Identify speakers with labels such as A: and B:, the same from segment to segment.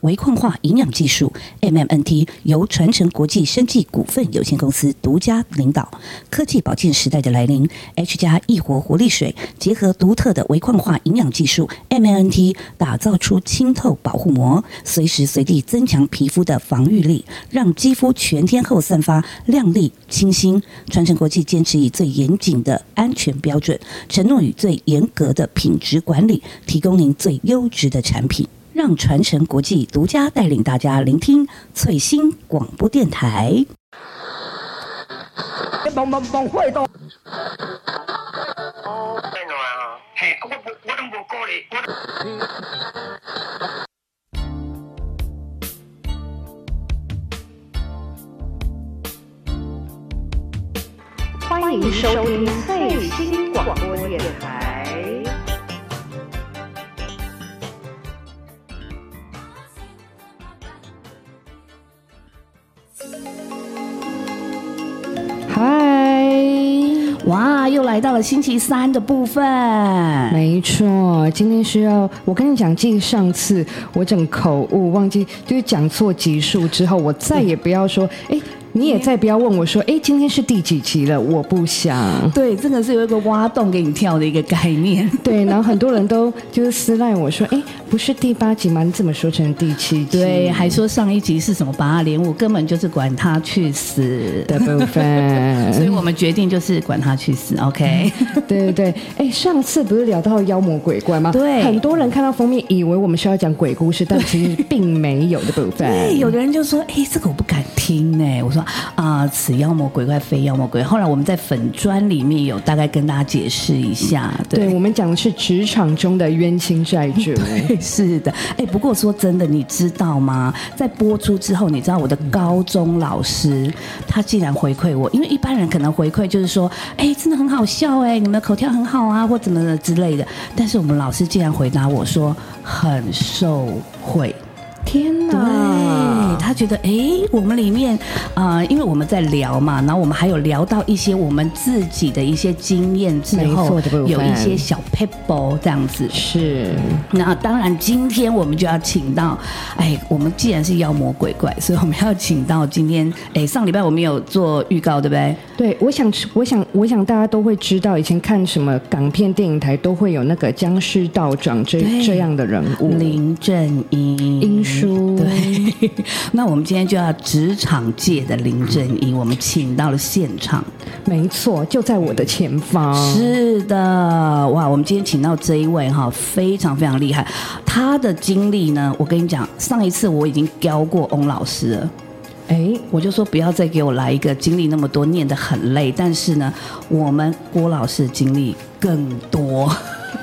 A: 微矿化营养技术 （MMNT） 由传承国际生技股份有限公司独家领导。科技保健时代的来临，H 加益活活力水结合独特的微矿化营养技术 （MMNT），打造出清透保护膜，随时随地增强皮肤的防御力，让肌肤全天候散发亮丽清新。传承国际坚持以最严谨的安全标准，承诺与最严格的品质管理，提供您最优质的产品。让传承国际独家带领大家聆听翠星广播电台。
B: 猛猛猛開檔，
C: 聽到啊，係我我我都冇過嚟，我都
D: 欢迎收听最新广播电台。
E: 嗨，
A: 哇，又来到了星期三的部分。
E: 没错，今天是要我跟你讲，记得上次我整口误，忘记就是讲错集数之后，我再也不要说，哎、你也再不要问我说，哎，今天是第几集了？我不想。
B: 对，这个是有一个挖洞给你跳的一个概念。
E: 对，然后很多人都就是私赖我说，哎，不是第八集吗？你怎么说成第七集？
B: 对，还说上一集是什么八二连五，根本就是管他去死。
E: 的部
B: 所以
E: 分，
B: 我们决定就是管他去死，OK？
E: 对对对，哎，上次不是聊到妖魔鬼怪吗？
B: 对
E: 很多人看到封面以为我们是要讲鬼故事，但其实并没有的部分。
B: 对， 有的人就说：“哎、这个我不敢听呢。”我说：“啊、此妖魔鬼怪，非妖魔鬼。”后来我们在粉砖里面有大概跟大家解释一下，
E: 对，我们讲的是职场中的冤亲债 主。
B: 是的，哎、不过说真的，你知道吗？在播出之后，你知道我的高中老师，他竟然回馈我，因为一般人可能回馈就是说，哎、真的很好笑哎、你们的口条很好啊，或怎么的之类的。但是我们老师竟然回答我说，很受惠。
E: 天
B: 对
E: 哪！
B: 他觉得，哎，我们里面，呃，因为我们在聊嘛，然后我们还有聊到一些我们自己的一些经验之
E: 没
B: 后
E: 错的部，分
B: 有一些小 pebble 这样子。
E: 是
B: 那当然，今天我们就要请到，哎，我们既然是妖魔鬼怪，所以我们要请到今天，哎，上礼拜我们有做预告，对不对？
E: 对，我想，我想，我想大家都会知道，以前看什么港片电影台都会有那个僵尸道长这
B: 对
E: 这样的人物，
B: 林正英，
E: 英叔，
B: 嗯对，那我们今天就要职场界的林正英，我们请到了现场。
E: 没错，就在我的前方。
B: 是的，哇，我们今天请到这一位哈，非常非常厉害。他的经历呢，我跟你讲，上一次我已经教过翁老师了。
E: 哎，
B: 我就说不要再给我来一个经历那么多，念得很累。但是呢，我们郭老师的经历更多。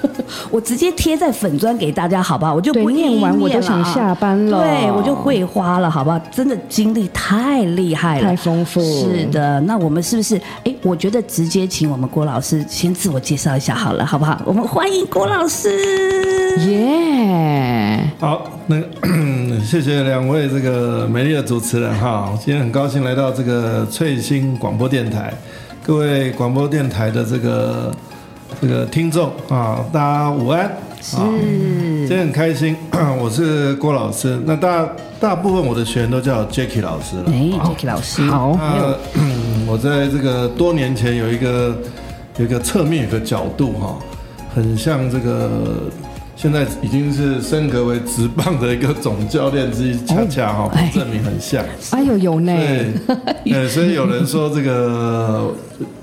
B: 我直接贴在粉砖给大家，好不好？我就
E: 对
B: 不一一
E: 念完我就
B: 了啊
E: 想下班了
B: 对我就会花了，好不好？真的经历太厉害了，
E: 太丰富
B: 是的，那我们是不是？哎，我觉得直接请我们郭老师先自我介绍一下好了，好不好？我们欢迎郭老师。
E: 耶！
F: 好，那 个谢谢两位这个美丽的主持人哈，我今天很高兴来到这个翠星广播电台，各位广播电台的这个这个听众啊，大家午安。是，今天很开心， 我是郭老师。那大大部分我的学员都叫 Jacky 老师了。
B: 哎 j a c 老师，
E: 好，
F: 那呃 我在这个多年前有一个有一个侧面有个角度哈、很像这个现在已经是升格为职棒的一个总教练之一，恰恰
B: 哦
F: 哈、证明很像。
E: 哎呦有呢，
F: 对，
B: 哎
F: 呃，所以有人说这个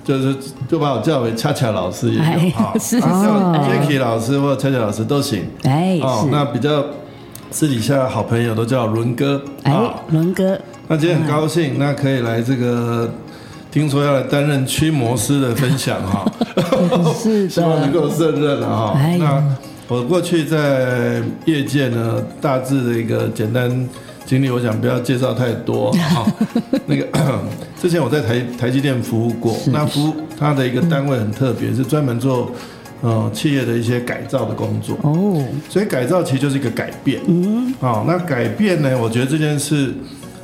F: 就是就把我叫为恰恰老师也有哈，
B: 哎
F: 啊
B: 是
F: 像 Jacky 老师或恰恰老师都行。
B: 哎
F: 哦
B: 是，
F: 那比较私底下好朋友都叫伦哥
B: 哎
F: 啊。，
B: 伦哥，
F: 那今天很高兴，那可以来这个，听说要来担任驱魔师的分享哈，
B: 是的
F: 希望能够胜任了哈
B: 哎。呀
F: 那我过去在业界呢，大致的一个简单经历，我想不要介绍太 多哈。那个 之前我在台台积电服务过，那服务它的一个单位很特别，是专门做呃企业的一些改造的工作。
B: 哦，
F: 所以改造其实就是一个改变。嗯，好、那改变呢？我觉得这件事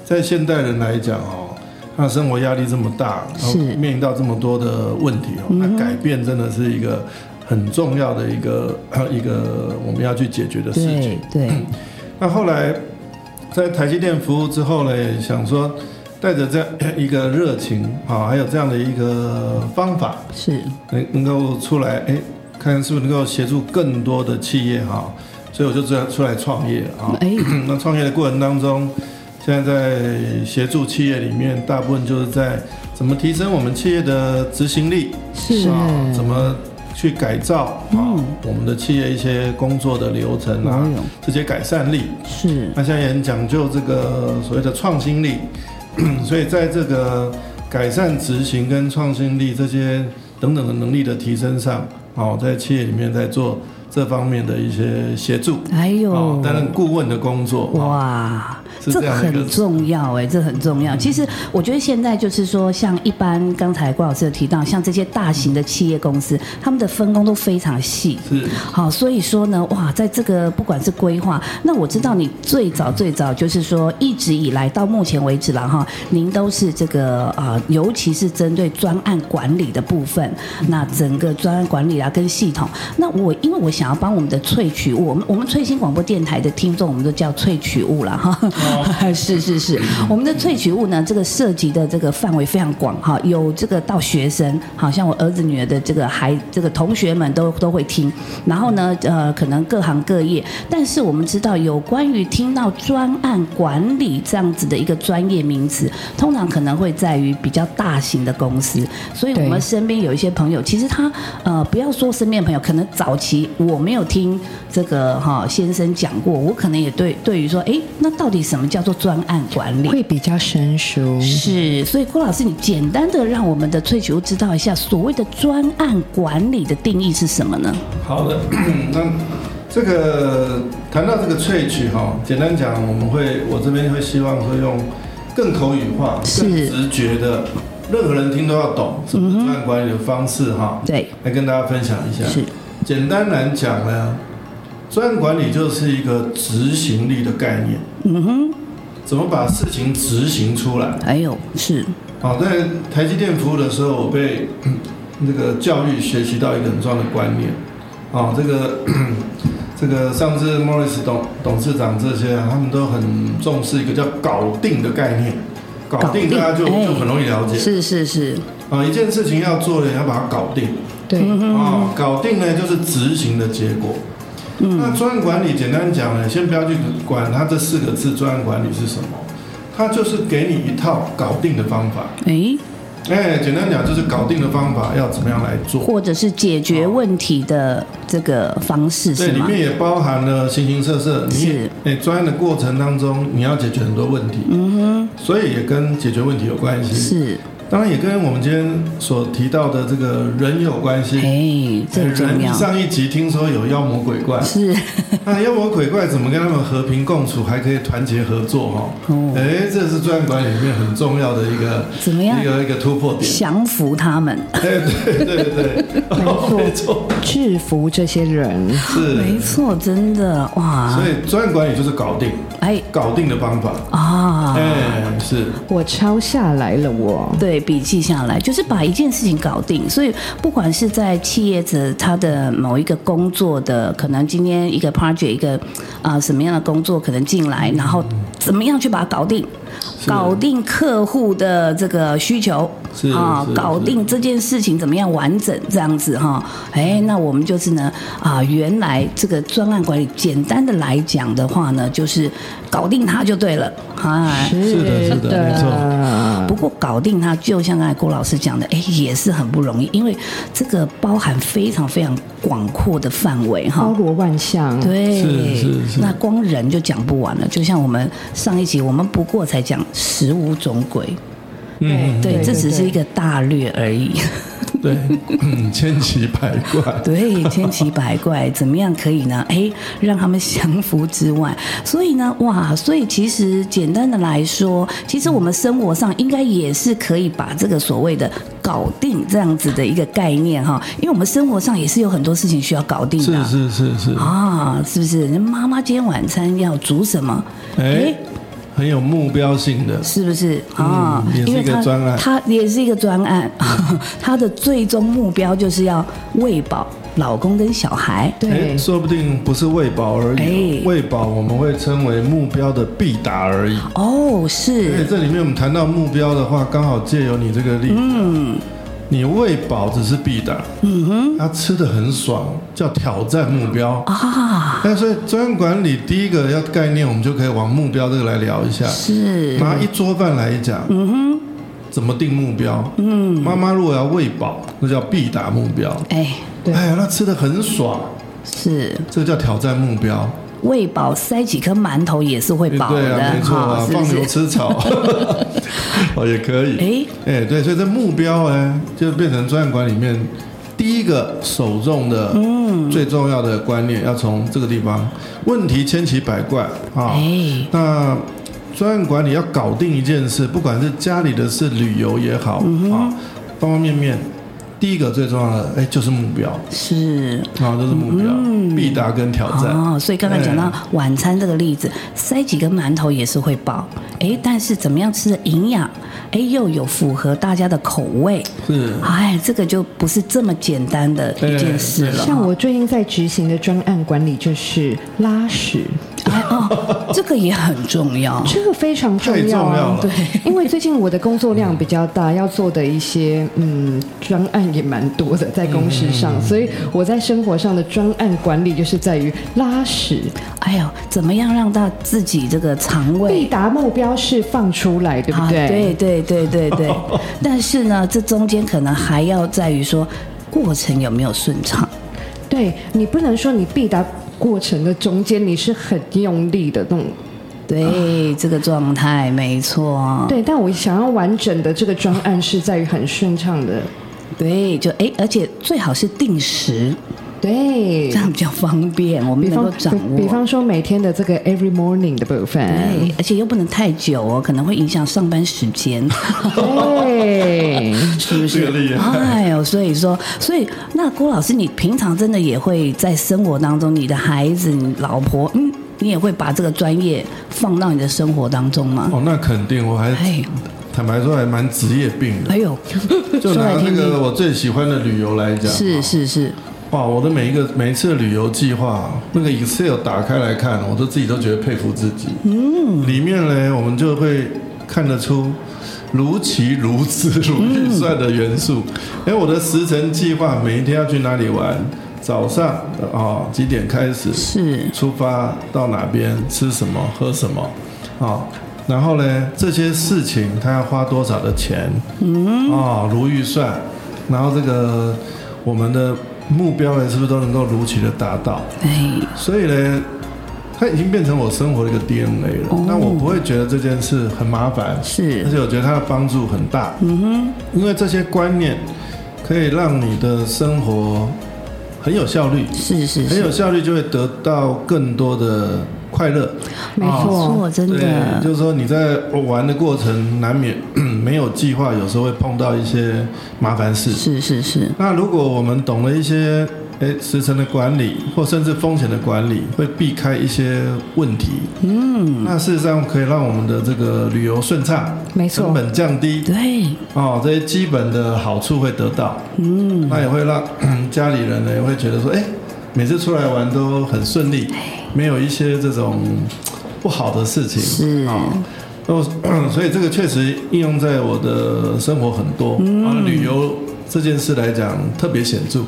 F: 在现代人来讲哦，那生活压力这么大，然后
B: 是
F: 面临到这么多的问题哦，那改变真的是一个很重要呃的一个一个我们要去解决的事情
B: 对。对，
F: 那后来在台积电服务之后呢，想说带着这样一个热情啊，还有这样的一个方法，
B: 是
F: 能能够出来，哎，看是不是能够协助更多的企业哈、所以我就这样出来创业啊。
B: 哎
F: 那创业的过程当中，现在在协助企业里面，大部分就是在怎么提升我们企业的执行力，
B: 是
F: 啊，怎么去改造啊我们的企业一些工作的流程啊
B: 哎呦，
F: 这些改善力。
B: 是
F: 那现在也很讲究这个所谓的创新力， 所以在这个改善执行跟创新力这些等等的能力的提升上，哦，在企业里面在做这方面的一些协助，
B: 哎
F: 哦
B: 呦，
F: 担任顾问的工作，哦，
B: 哇，
F: 是
B: 这
F: 这样的一个嗯
B: 很重要哎，这很重要。其实我觉得现在就是说，像一般刚才郭老师有提到，像这些大型的企业公司，他们的分工都非常细。
F: 是
B: 好，所以说呢，哇，在这个不管是规划，那我知道你最早最早就是说，一直以来到目前为止了哈，您都是这个啊、呃尤其是针对专案管理的部分，那整个专案管理啊跟系统，那我因为我想要帮我们的萃取物，我们我们翠新广播电台的听众，我们都叫萃取物了哈， 是是是，我们的萃取物呢，这个涉及的这个范围非常广哈，有这个到学生，好像我儿子女儿的这个孩这个同学们都都会听，然后呢，呃，可能各行各业，但是我们知道有关于听到专案管理这样子的一个专业名词，通常可能会在于比较大型的公司，所以我们
E: 对
B: 身边有一些朋友，其实他呃，不要说身边的朋友，可能早期我没有听这个哈、先生讲过，我可能也对对于说，哎，那到底什么叫做专案管理？
E: 会比较生疏。
B: 是，所以郭老师，你简单的让我们的萃取物知道一下，所谓的专案管理的定义是什么呢？
F: 好的。 那这个谈到这个萃取哈，简单讲，我们会我这边会希望说用更口语化、更
B: 是嗯
F: 直觉的，任何人听都要懂什么专案管理的方式哈。
B: 对，
F: 来跟大家分享一下。
B: 是，
F: 简单来讲呢，专案管理就是一个执行力的概念。嗯哼，怎么把事情执行出来？
B: 还有是
F: 好，在台积电服务的时候，我被 那个教育学习到一个很重要的观念。啊、这个 这个上次 Morris 董董事长这些啊，他们都很重视一个叫搞定的概念。搞
B: 搞
F: 定
B: 定
F: 大家就
B: 哎
F: 就很容易了解。
B: 是是是，
F: 啊、一件事情要做了，你要把它搞定。
E: 对，
B: 嗯
F: 哦，搞定呢就是执行的结果。
B: 嗯
F: 那专案管理简单讲呢，先不要去管它这四个字“专案管理”是什么，它就是给你一套搞定的方法。
B: 哎，
F: 哎，简单讲就是搞定的方法要怎么样来做。
B: 或者是解决问题的这个方式
F: 对，
B: 是
F: 里
B: 吗？
F: 面也包含了形形色色。你也
B: 是
F: 哎，专案的过程当中，你要解决很多问题，
B: 嗯
F: 所以也跟解决问题有关
B: 哼，
F: 系。
B: 是，
F: 当然也跟我们今天所提到的这个人有关系。
B: 哎，这很重
F: 人
B: 要，
F: 上一集听说有妖魔鬼怪，
B: 是
F: 那妖魔哎鬼怪怎么跟他们和平共处，还可以团结合作哈、
B: 哦
F: 哎，这是专案管理里面很重要的一个
B: 怎么样
F: 一个一个突 破点。
B: 降服他们，
F: 哎，对对对，哦 没错，
E: 制服这些人，
F: 是
B: 没。错，真的哇
F: 所，以专案管理就是搞定，
B: 哎
F: 搞定的方法。
B: 啊。
F: 哎，是
E: 我抄下来了我。
B: 对，笔记下来，就是把一件事情搞定。所以不管是在企业者他的某一个工作的，可能今天一个 project 一个啊、呃什么样的工作可能进来，然后怎么样去把它搞定，搞定客户的这个需求
F: 是
B: 啊
F: 是，
B: 搞
F: 是
B: 定这件事情怎么样完整这样子哈。哎，那我们就是呢啊，原来这个专案管理简单的来讲的话呢，就是搞定它就对了，哎。
F: 是的是的没错
E: 啊
B: 不过搞定它，就像刚才郭老师讲的，哎，也是很不容易，因为这个包含非常非常广阔的范围
E: 包
B: 哈。
E: 罗万象。
B: 对，
F: 是是是
B: 那光人就讲不完了。就像我们上一集，我们不过才讲十五种鬼，
E: 嗯
B: 对，这只是一个大略而已。
F: 对， 嗯千奇百 怪。
B: 对，千奇百怪，怎么样可以呢？ 哎，让他们降服之外，所以呢，哇，所以其实简单的来说，其实我们生活上应该也是可以把这个所谓的搞定这样子的一个概念哈，因为我们生活上也是有很多事情需要搞定的
F: 是
B: 啊。
F: 是是是，
B: 啊，是不是？妈妈今天晚餐要煮什么？
F: 哎，很有目标性的。
B: 是不是啊、
F: 嗯也是
B: 因为
F: 一个
B: 他
F: 专 案
B: 他也是一个专案，他的最终目标就是要喂饱老公跟小孩。
E: 对
F: 哎，说不定不是喂饱而已哦
B: 哎，
F: 喂饱我们会称为目标的必达而已。
B: 哦，
F: 因为
B: 是
F: 这里面我们谈到目标的话，刚好借由你这个例子，啊你喂饱只是必达，嗯哼，他吃的很爽，叫挑战目标啊。那所以专案管理第一个要概念，我们就可以往目标这个来聊一下。
B: 是，
F: 拿一桌饭来讲，嗯哼，怎么定目标？嗯，妈妈如果要喂饱，那叫必达目标。
B: 哎，
E: 对
F: 哎呀，那吃的很爽，
B: 是
F: 这叫挑战目标。
B: 喂饱塞几颗馒头也是会饱
F: 对
B: 的
F: 啊，没错
B: 哈、
F: 啊，
B: 是不
F: 放牛
B: 是？
F: 吃草，哦也可以。哎、对，所以这目标呢，就变成专案管理里面第一个首重的，嗯，最重要的观念要从这个地方。问题千奇百怪啊，
B: 哎，
F: 那专案管理要搞定一件事，不管是家里的事、旅游也好、
B: 嗯
F: 啊，方方面面，第一个最重要的，哎，就是目标
B: 是嗯
F: 啊，就是目标，必达跟挑战。
B: 哦，所以刚刚讲到晚餐这个例子，塞几个馒头也是会饱，哎，但是怎么样吃的营养，哎，又有符合大家的口味，
F: 是
B: 哎，这个就不是这么简单的一件事
F: 啊
B: 了。
E: 像我最近在执行的专案管理就是拉屎，
B: 哎哦，这个也很重要，
E: 这个非常重
F: 太重
E: 要啊、
F: 要了对，
E: 因为最近我的工作量比较大，要做的一些嗯专案也蛮多的，在公司
F: 嗯
E: 上，所以我在生活上的专案管理就是在于拉屎。
B: 哎呦，怎么样让到自己这个肠
E: 必
B: 胃？
E: 达目标是放出来，对不
B: 啊，
E: 对？
B: 对对对对 对，但是呢，这中间可能还要在于说过程有没有顺畅。
E: 对你不能说你必达过程的中间你是很用力的那种。
B: 哦对，这个状态没错。
E: 啊对，但我想要完整的这个专案是在于很顺畅的。
B: 对，就哎，而且最好是定时，
E: 对
B: 这，样比较方便，我们
E: 比
B: 能够
E: 方
B: 掌握。
E: 比比方说每天的这个 every morning 的部分，
B: 对，而且又不能太久哦，可能会影响上班时间。
E: 对，
B: 是不
F: 这个厉
B: 是？
F: 害
B: 哎呦，所以说，所以那郭老师，你平常真的也会在生活当中，你的孩子、你老婆，嗯，你也会把这个专业放到你的生活当中吗？
F: 哦，那肯定，我还
B: 哎
F: 坦白说还蛮职业病的。
B: 哎呦，
F: 就
B: 说来
F: 拿这
B: 听
F: 个
B: 听，
F: 我最喜欢的旅游来讲，
B: 是是是，
F: 哇，我的每一个每一次的旅游计划，那个 Excel 打开来看，我都自己都觉得佩服自己。嗯，里面呢，我们就会看得出如棋如子如预算的元素。
B: 嗯
F: 哎、我的时程计划，每一天要去哪里玩，早上啊、哦几点开始，
B: 是
F: 出发到哪边吃什么喝什么啊、然后呢这些事情他要花多少的钱，嗯啊、如预算，然后这个我们的目标呢是不是都能够如期的达到？
B: 哎，
F: 所以呢，它已经变成我生活的一个 DNA 了。那我不会觉得这件事很麻烦，
B: 是
F: 而且我觉得它的帮助很大。嗯哼，因为这些观念可以让你的生活很有效率，
B: 是是
F: 很
B: 是，
F: 有效率，就会得到更多的快乐。
E: 没错。
B: 错，真
F: 对，
B: 的
F: 就是说你在玩的过程，难免 没有计划，有时候会碰到一些麻烦事。
B: 是是是，
F: 那如果我们懂了一些诶时程的管理，或甚至风险的管理，会避开一些问题。嗯，那事实上可以让我们的这个旅游顺畅，
E: 没错
F: 成本降低，
B: 对，
F: 哦，这些基本的好处会得到。嗯，那也会让 家里人呢也会觉得说，哎，每次出来玩都很顺利，没有一些这种不好的事情。
B: 是
F: 哦， 所以这个确实应用在我的生活很多，啊，旅游这件事来讲特别显著。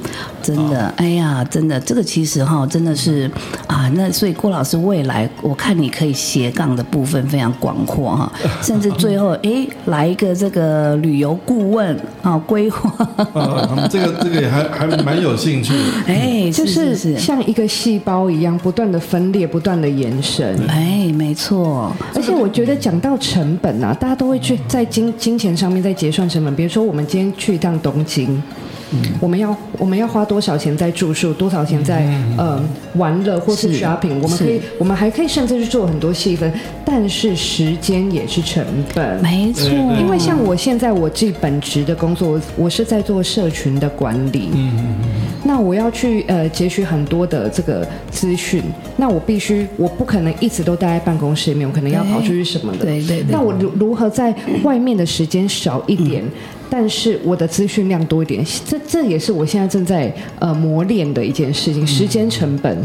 B: 真的，哎呀，真的，这个其实哈，真的是啊，那所以郭老师未来，我看你可以斜杠的部分非常广阔哈，甚至最后哎来一个这个旅游顾问啊，规划，
F: 啊，这个这个也还还蛮有兴趣的。
B: 哎，
E: 就是是
B: 是是，
E: 像一个细胞一样，不断的分裂，不断的延伸。
B: 哎，没错，
E: 而且我觉得讲到成本啊，大家都会去在金金钱上面在结算成本。比如说，我们今天去一趟东京，我们要我们要花多少钱在住宿，多少钱在呃玩乐或是
B: 是
E: shopping，我们可以
B: 是
E: 我们还可以甚至去做很多细分，但是时间也是成本。
B: 没错，
E: 因为像我现在我自己本职的工作，我我是在做社群的管理。那我要去呃截取很多的这个资讯，那我必须我不可能一直都待在办公室里面，我可能要跑出去什么的。
B: 对对对
E: 那我如如何在外面的时间少一点，但是我的资讯量多一点，这这也是我现在正在呃磨练的一件事情，时间成本。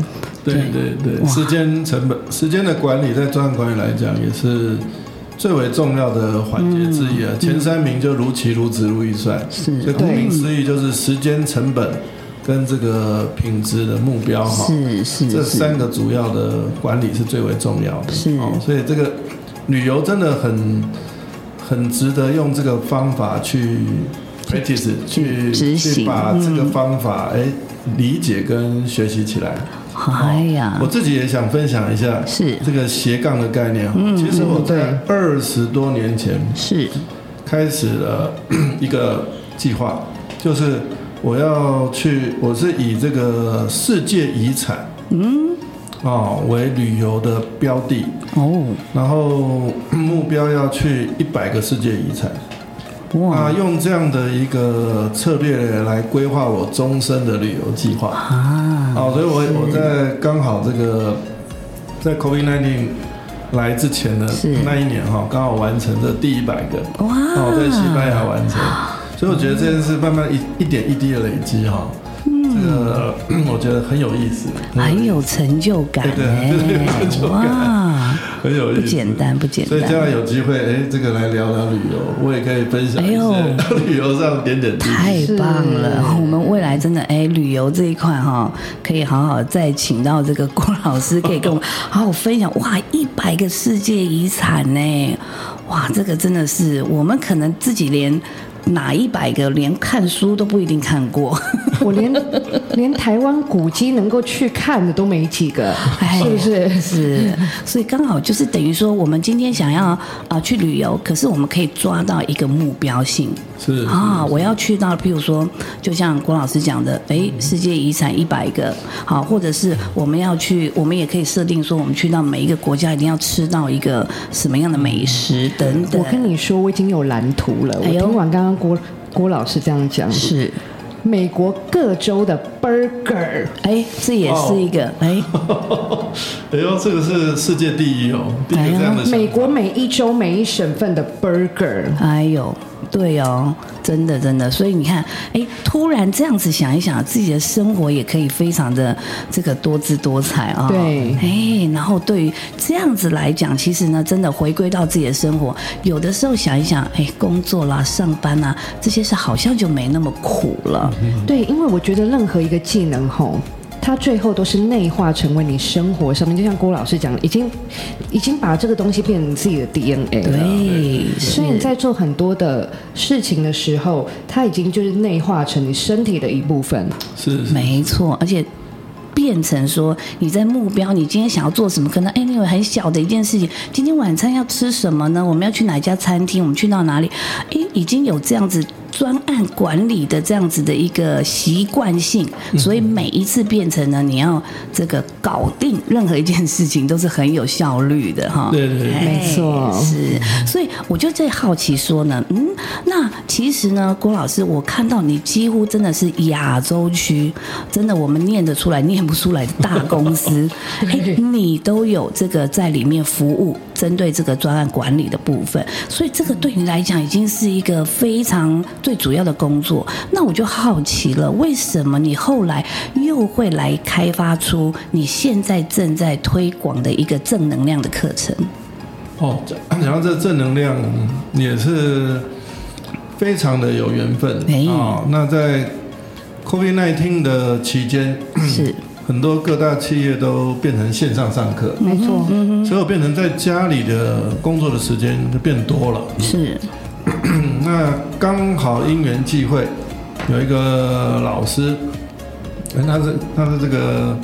F: 对对对，时间成本、时间的管理，在专案管理来讲也是最为重要的环节之一
B: 嗯
F: 啊。前三名就如棋如子如意算，是，所以顾
E: 对
F: 名思义就是时间成本跟这个品质的目标哈。
B: 是是
F: 这
B: 是
F: 三个主要的管理是最为重要的。
B: 是
F: 哦，所以这个旅游真的很很值得用这个方法去 practice 去
B: 执行嗯
F: 去把这个方法哎、理解跟学习起来。
B: 哎呀
F: 我，自己也想分享一下，
B: 是嗯
F: 这个斜杠的概念。啊其实我在二十多年前
B: 是
F: 开始了 一个计划，就是我要去，我是以这个世界遗产，嗯，哦为旅游的标的，
B: 哦，
F: 然后目标要去一百个世界遗产。
B: 哇
F: 那啊用这样的一个策略来规划我终身的旅游计划啊，哦，所以我我在刚好这个在 COVID 1 9来之前的
B: 是
F: 那一年哈，刚好完成这第一百个
B: 哇
F: 哦，在西班牙完成，所以我觉得这件事慢慢一一点一滴的累积哈，
B: 嗯
F: 这个 我觉得很有意思，
B: 很有成就感
F: 嗯对对
B: 哎
F: 很有成就，感
B: 哇，
F: 很有意思，
B: 不简单不简单
F: 所以将来有机会，哎，这个来聊聊旅游，我也可以分享一
B: 哎呦
F: 些 旅游上点点滴滴。
B: 太棒了！我们未来真的哎，旅游这一块哈、可以好好再请到这个郭老师，可以 跟我们好好分享哇，一百个世界遗产呢，哇，这个真的是我们可能自己连哪一百个连看书都不一定看过，
E: 我连 连台湾古迹能够去看的都没几个，是不是？
B: 是，所以刚好就是等于说，我们今天想要啊、去旅游，可是我们可以抓到一个目标性，
F: 是
B: 啊，我要去到，譬如说，就像郭老师讲的，诶，世界遗产一百个，好，或者是我们要去，我们也可以设定说，我们去到每一个国家一定要吃到一个什么样的美食等等。
F: 哦
E: 我跟你说，我已经有蓝图了。我
B: 哎呦
E: 听完刚刚郭郭老师这样讲，
B: 是，
E: 美国各州的 burger，
B: 哎，这也是一个，哎，
F: 哎呦，这个是世界第一哦，第一个这样的想法
E: 美国每一州每一省份的 burger，
B: 哎呦，对哦，真的真的，所以你看，哎，突然这样子想一想，自己的生活也可以非常的这个多姿多彩啊、
E: 对
B: 哎，然后对于这样子来讲，其实呢，真的回归到自己的生活，有的时候想一想，哎，工作啦、上班啦这些事，好像就没那么苦了。
E: 对，因为我觉得任何一个技能吼。它最后都是内化成为你生活上面，就像郭老师讲，已经已经把这个东西变成自己的 DNA 了。
B: 对，
E: 所以你在做很多的事情的时候，它已经就是内化成你身体的一部分。
F: 是是
B: 没错，而且变成说你在目标，你今天想要做什么？可能 anyway 很小的一件事情，今天晚餐要吃什么呢？我们要去哪一家餐厅？我们去到哪里？诶，已经有这样子专案管理的这样子的一个习惯性，
F: 嗯
B: 所以每一次变成呢，你要这个搞定任何一件事情都是很有效率的哈。
F: 对对对
B: 哎
E: 没错
B: 是，所以我就最好奇说呢，嗯，那其实呢，郭老师，我看到你几乎真的是亚洲区，真的我们念得出来、念不出来的大 公司，哎，你都有这个在里面服务，针对这个专案管理的部分，所以这个对你来讲已经是一个非常最主要的工作。那我就好奇了，为什么你后来又会来开发出你现在正在推广的一个正能量的课程？
F: 哦。讲讲到这正能量，也是非常的有缘分
B: 哎
F: 哦。那在 COVID 1 9的期间，
B: 是。
F: 很多各大企业都变成线上上课，
B: 嗯
E: 没错，
F: 所以我变成在家里的工作的时间就变多了。
B: 是
F: 嗯那刚好因缘际会，有一个老师，哎他是他是这个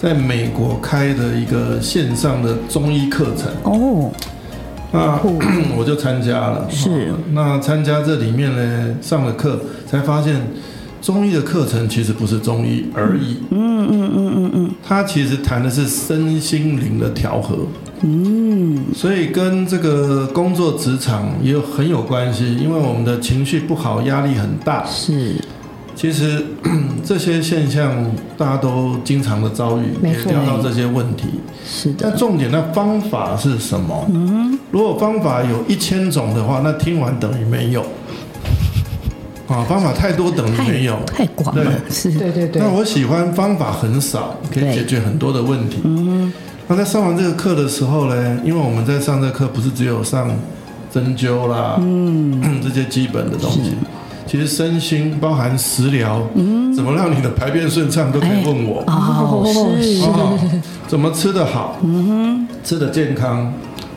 F: 在美国开的一个线上的中医课程，
B: 哦，
F: 那啊 我就参加了。
B: 是
F: 哦那参加这里面呢，上了课才发现，中医的课程其实不是中医而已。嗯嗯嗯嗯嗯，它其实谈的是身心灵的调和。嗯，所以跟这个工作职场也有很有关系，因为我们的情绪不好，压力很大，
B: 是
F: 其实 这些现象大家都经常的遭遇，
E: 没
F: 也
E: 错
F: 聊到这些问题。
B: 是
F: 那
B: 的，
F: 重点，那方法是什么？如果方法有一千种的话，那听完等于没有。啊，方法太多等于没有。
B: 太广了，
F: 对
B: 是
E: 对对对
B: 哦
F: 那，我喜欢方法很少，可以
B: 对
F: 解决很多的问题。那在上完这个课的时候呢，因为我们在上这个课不是只有上针灸啦，嗯， 这些基本的东西，其实身心包含食疗，嗯，怎么让你的排便顺畅都可以问我。
B: 哦，是
F: 哦， 怎么吃得好，吃得健康，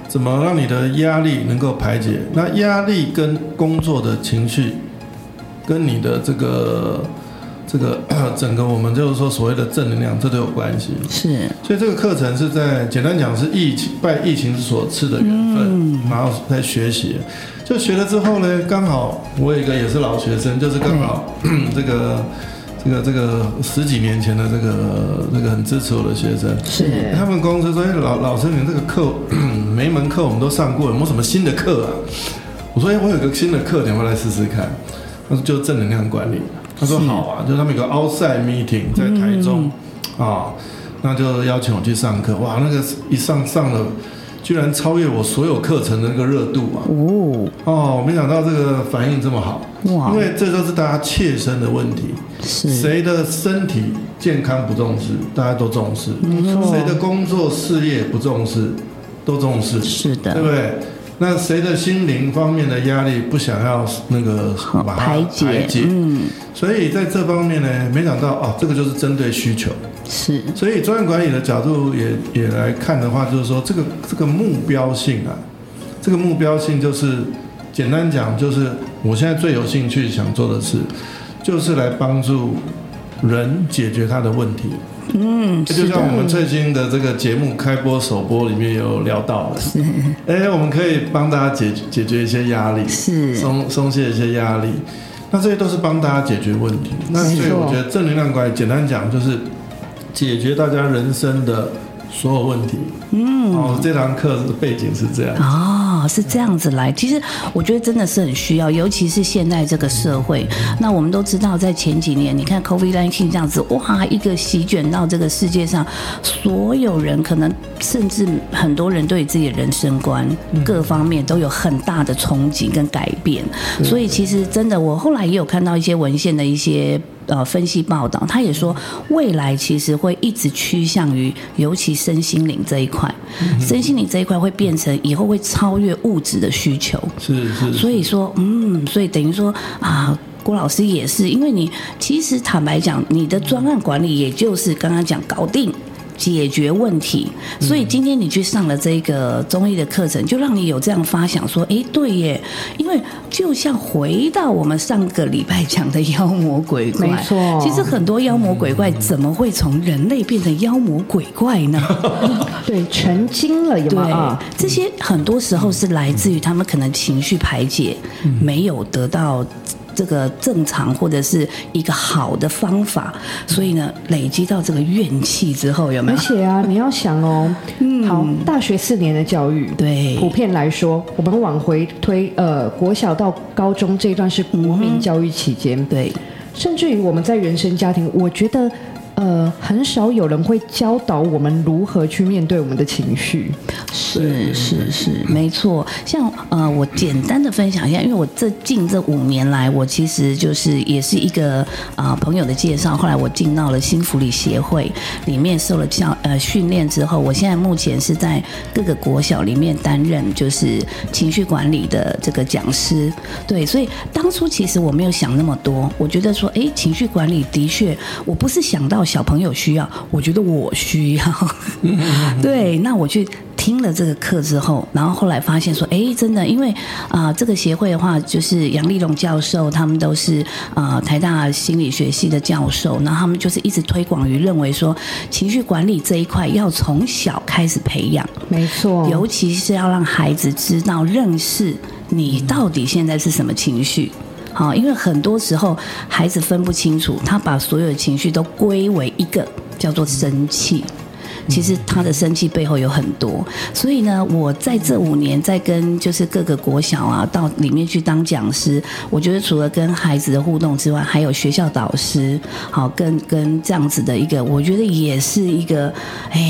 F: 怎么让你的压力能够排解？那压力跟工作的情绪，跟你的这个这个 整个我们就是说所谓的正能量，这都有关系。
B: 是，
F: 所以这个课程是在简单讲是疫情拜疫情所赐的缘分，然后在学习，就学了之后呢，刚好我有一个也是老学生，就是刚好 这个这个这个十几年前的这个这个很支持我的学生，
B: 是
F: 他们公司说哎老老师你们这个课 每一门课我们都上过，有没有什么新的课啊？我说哎我有个新的课，你要不要来试试看？他说就正能量管理，他说好啊，就他们有个 outside meeting 在台中
B: 嗯
F: 啊、那就邀请我去上课，哇，那个一上上了，居然超越我所有课程的那个热度啊！
B: 哦，
F: 哦，没想到这个反应这么好，
B: 哇
F: 因为这都是大家切身的问题，
B: 是
F: 谁的身体健康不重视，大家都重视；谁的工作事业不重视，都重视，
B: 是
F: 对
B: 的，
F: 不对？那谁的心灵方面的压力不想要那个
B: 好
F: 把它
B: 排解，嗯，
F: 所以在这方面呢，没想到哦，这个就是针对需求。
B: 是
F: 所以专业管理的角度也也来看的话，就是说这个这个目标性啊，这个目标性就是简单讲，就是我现在最有兴趣想做的事，就是来帮助人解决他的问题。嗯，就像我们最新的这个节目开播首播里面有聊到的，是，哎，我们可以帮大家解解决一些压力，
B: 是
F: 松松懈一些压力，那这些都是帮大家解决问题。那所以我觉得正能量管理，简单讲就是解决大家人生的所有问题。嗯，哦，这堂课的背景是这样。
B: 哦，是这样子来。其实我觉得真的是很需要，尤其是现在这个社会。那我们都知道，在前几年，你看 COVID-19 这样子，哇，一个席卷到这个世界上，所有人可能甚至很多人对自己的人生观、各方面都有很大的憧憬跟改变。所以其实真的，我后来也有看到一些文献的一些。呃，分析报道，他也说，未来其实会一直趋向于，尤其身心灵这一块，身心灵这一块会变成以后会超越物质的需求。
F: 是 是，
B: 所以说，嗯，所以等于说啊。郭老师也是，因为你其实坦白讲，你的专案管理也就是刚刚讲搞定解决问题，所以今天你去上了这个中医的课程，就让你有这样发想说，诶，对耶，因为就像回到我们上个礼拜讲的妖魔鬼怪，
E: 没错
B: 其实很多妖魔鬼怪怎么会从人类变成妖魔鬼怪呢？
E: 对，成精了有
B: 对
E: 没有啊？，
B: 这些很多时候是来自于他们可能情绪排解没有得到。这个正常或者是一个好的方法，所以呢，累积到这个怨气之后，有没
E: 而
B: 有？
E: 且啊，你要想哦，好，大学四年的教育，
B: 嗯对
E: 普遍来说，我们往回推，呃，国小到高中这一段是国民教育期间，
B: 对，
E: 甚至于我们在原生家庭，我觉得。呃，很少有人会教导我们如何去面对我们的情绪。
B: 是是是，没错。像呃，我简单的分享一下，因为我这近这五年来，我其实就是也是一个啊、呃朋友的介绍，后来我进到了新福利协会里面受了教呃训练之后，我现在目前是在各个国小里面担任就是情绪管理的这个讲师。对，所以当初其实我没有想那么多，我觉得说，哎，情绪管理的确，我不是想到小朋友需要，我觉得我需要。 对，那我去听了这个课之后，然后后来发现说，哎，真的，因为啊、呃这个协会的话，就是杨丽龙教授他们都是啊、呃台大心理学系的教授，然后他们就是一直推广于认为说，情绪管理这一块要从小开始培养，
E: 没错，
B: 尤其是要让孩子知道认识你到底现在是什么情绪。好，因为很多时候孩子分不清楚，他把所有的情绪都归为一个叫做生气。其实他的生气背后有很多，所以呢，我在这五年在跟就是各个国小啊到里面去当讲师，我觉得除了跟孩子的互动之外，还有学校导师，好跟跟这样子的一个，我觉得也是一个哎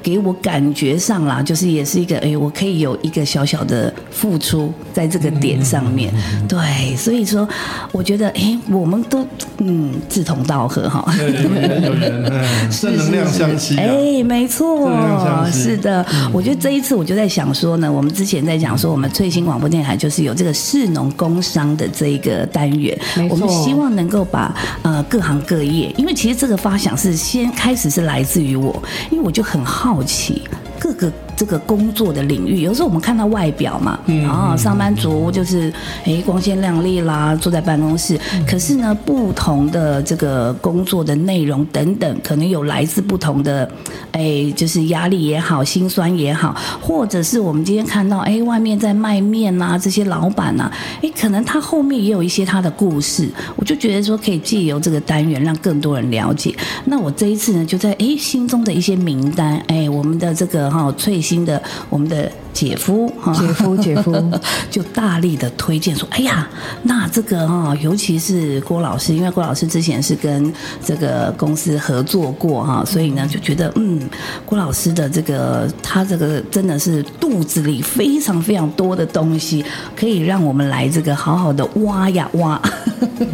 B: 给我感觉上啦，就是也是一个，哎、我可以有一个小小的付出在这个点上面。对，所以说，我觉得，哎、我们都嗯志同道合哈。
F: 对有缘有 缘，嗯，正能量相吸啊。
B: 哎，没
F: 正
B: 错
F: 能量相，吸
B: 是的。
E: 嗯
B: 我觉得这一次我就在想说呢，我们之前在讲说，我们最新广播电台就是有这个市农工商的这一个单元
E: 没，错
B: 我们希望能够把呃各行各业，因为其实这个发想是先开始是来自于我，因为我就很好奇各个。这个工作的领域，有时候我们看到外表嘛，
E: 嗯
B: 啊、上班族就是哎光鲜亮丽啦，坐在办公室。
E: 嗯
B: 可是呢，不同的这个工作的内容等等，可能有来自不同的哎，就是压力也好，心酸也好，或者是我们今天看到哎外面在卖面啊，这些老板啊，哎可能他后面也有一些他的故事。我就觉得说可以借由这个单元让更多人了解。那我这一次呢，就在哎心中的一些名单，哎我们的这个哈、最新的我们的姐夫哈。
E: 姐夫，姐 夫，
B: 就大力的推荐说：“哎呀，那这个哈、尤其是郭老师，因为郭老师之前是跟这个公司合作过哈、所以呢就觉得嗯，郭老师的这个他这个真的是肚子里非常非常多的东西，可以让我们来这个好好的挖呀挖，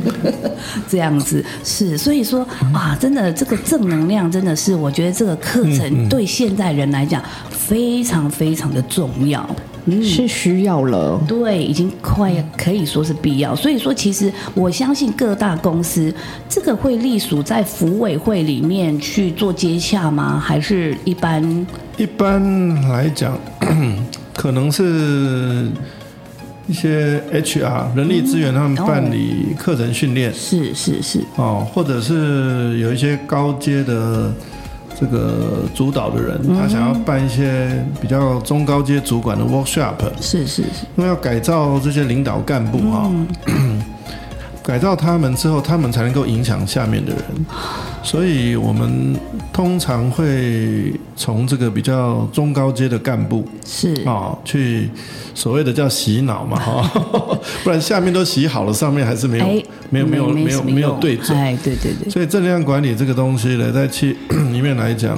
B: 这样子是，所以说啊，真的这个正能量真的是，我觉得这个课程对现代人来讲非常非常的重要。”嗯，
E: 是需要了。
B: 对，已经快
F: 嗯
B: 要可以说是必要。所以说，其实我相信各大公司这个会隶属在服委会里面去做接洽吗？还是一般？
F: 一般来讲， 可能是一些 HR 人力资源他们办理课程训练
B: 是是是，
F: 哦，或者是有一些高阶的这个主导的人，
B: 嗯
F: 他想要办一些比较中高阶主管的 workshop，
B: 是是是，
F: 因为要改造这些领导干部哈、
B: 嗯
F: 改造他们之后，他们才能够影响下面 的人。所以我们通常会从这个比较中高阶的干部
B: 是
F: 啊、去所谓的叫洗脑嘛哈、 不然下面都洗好了，上面还是没有、
B: 哎，
F: 没有没有没
B: 没
F: 有
B: 什么
F: 没有
B: 用
F: 对准。
B: 哎，对对对，
F: 所以正能量管理这个东西呢，在其 里面来讲，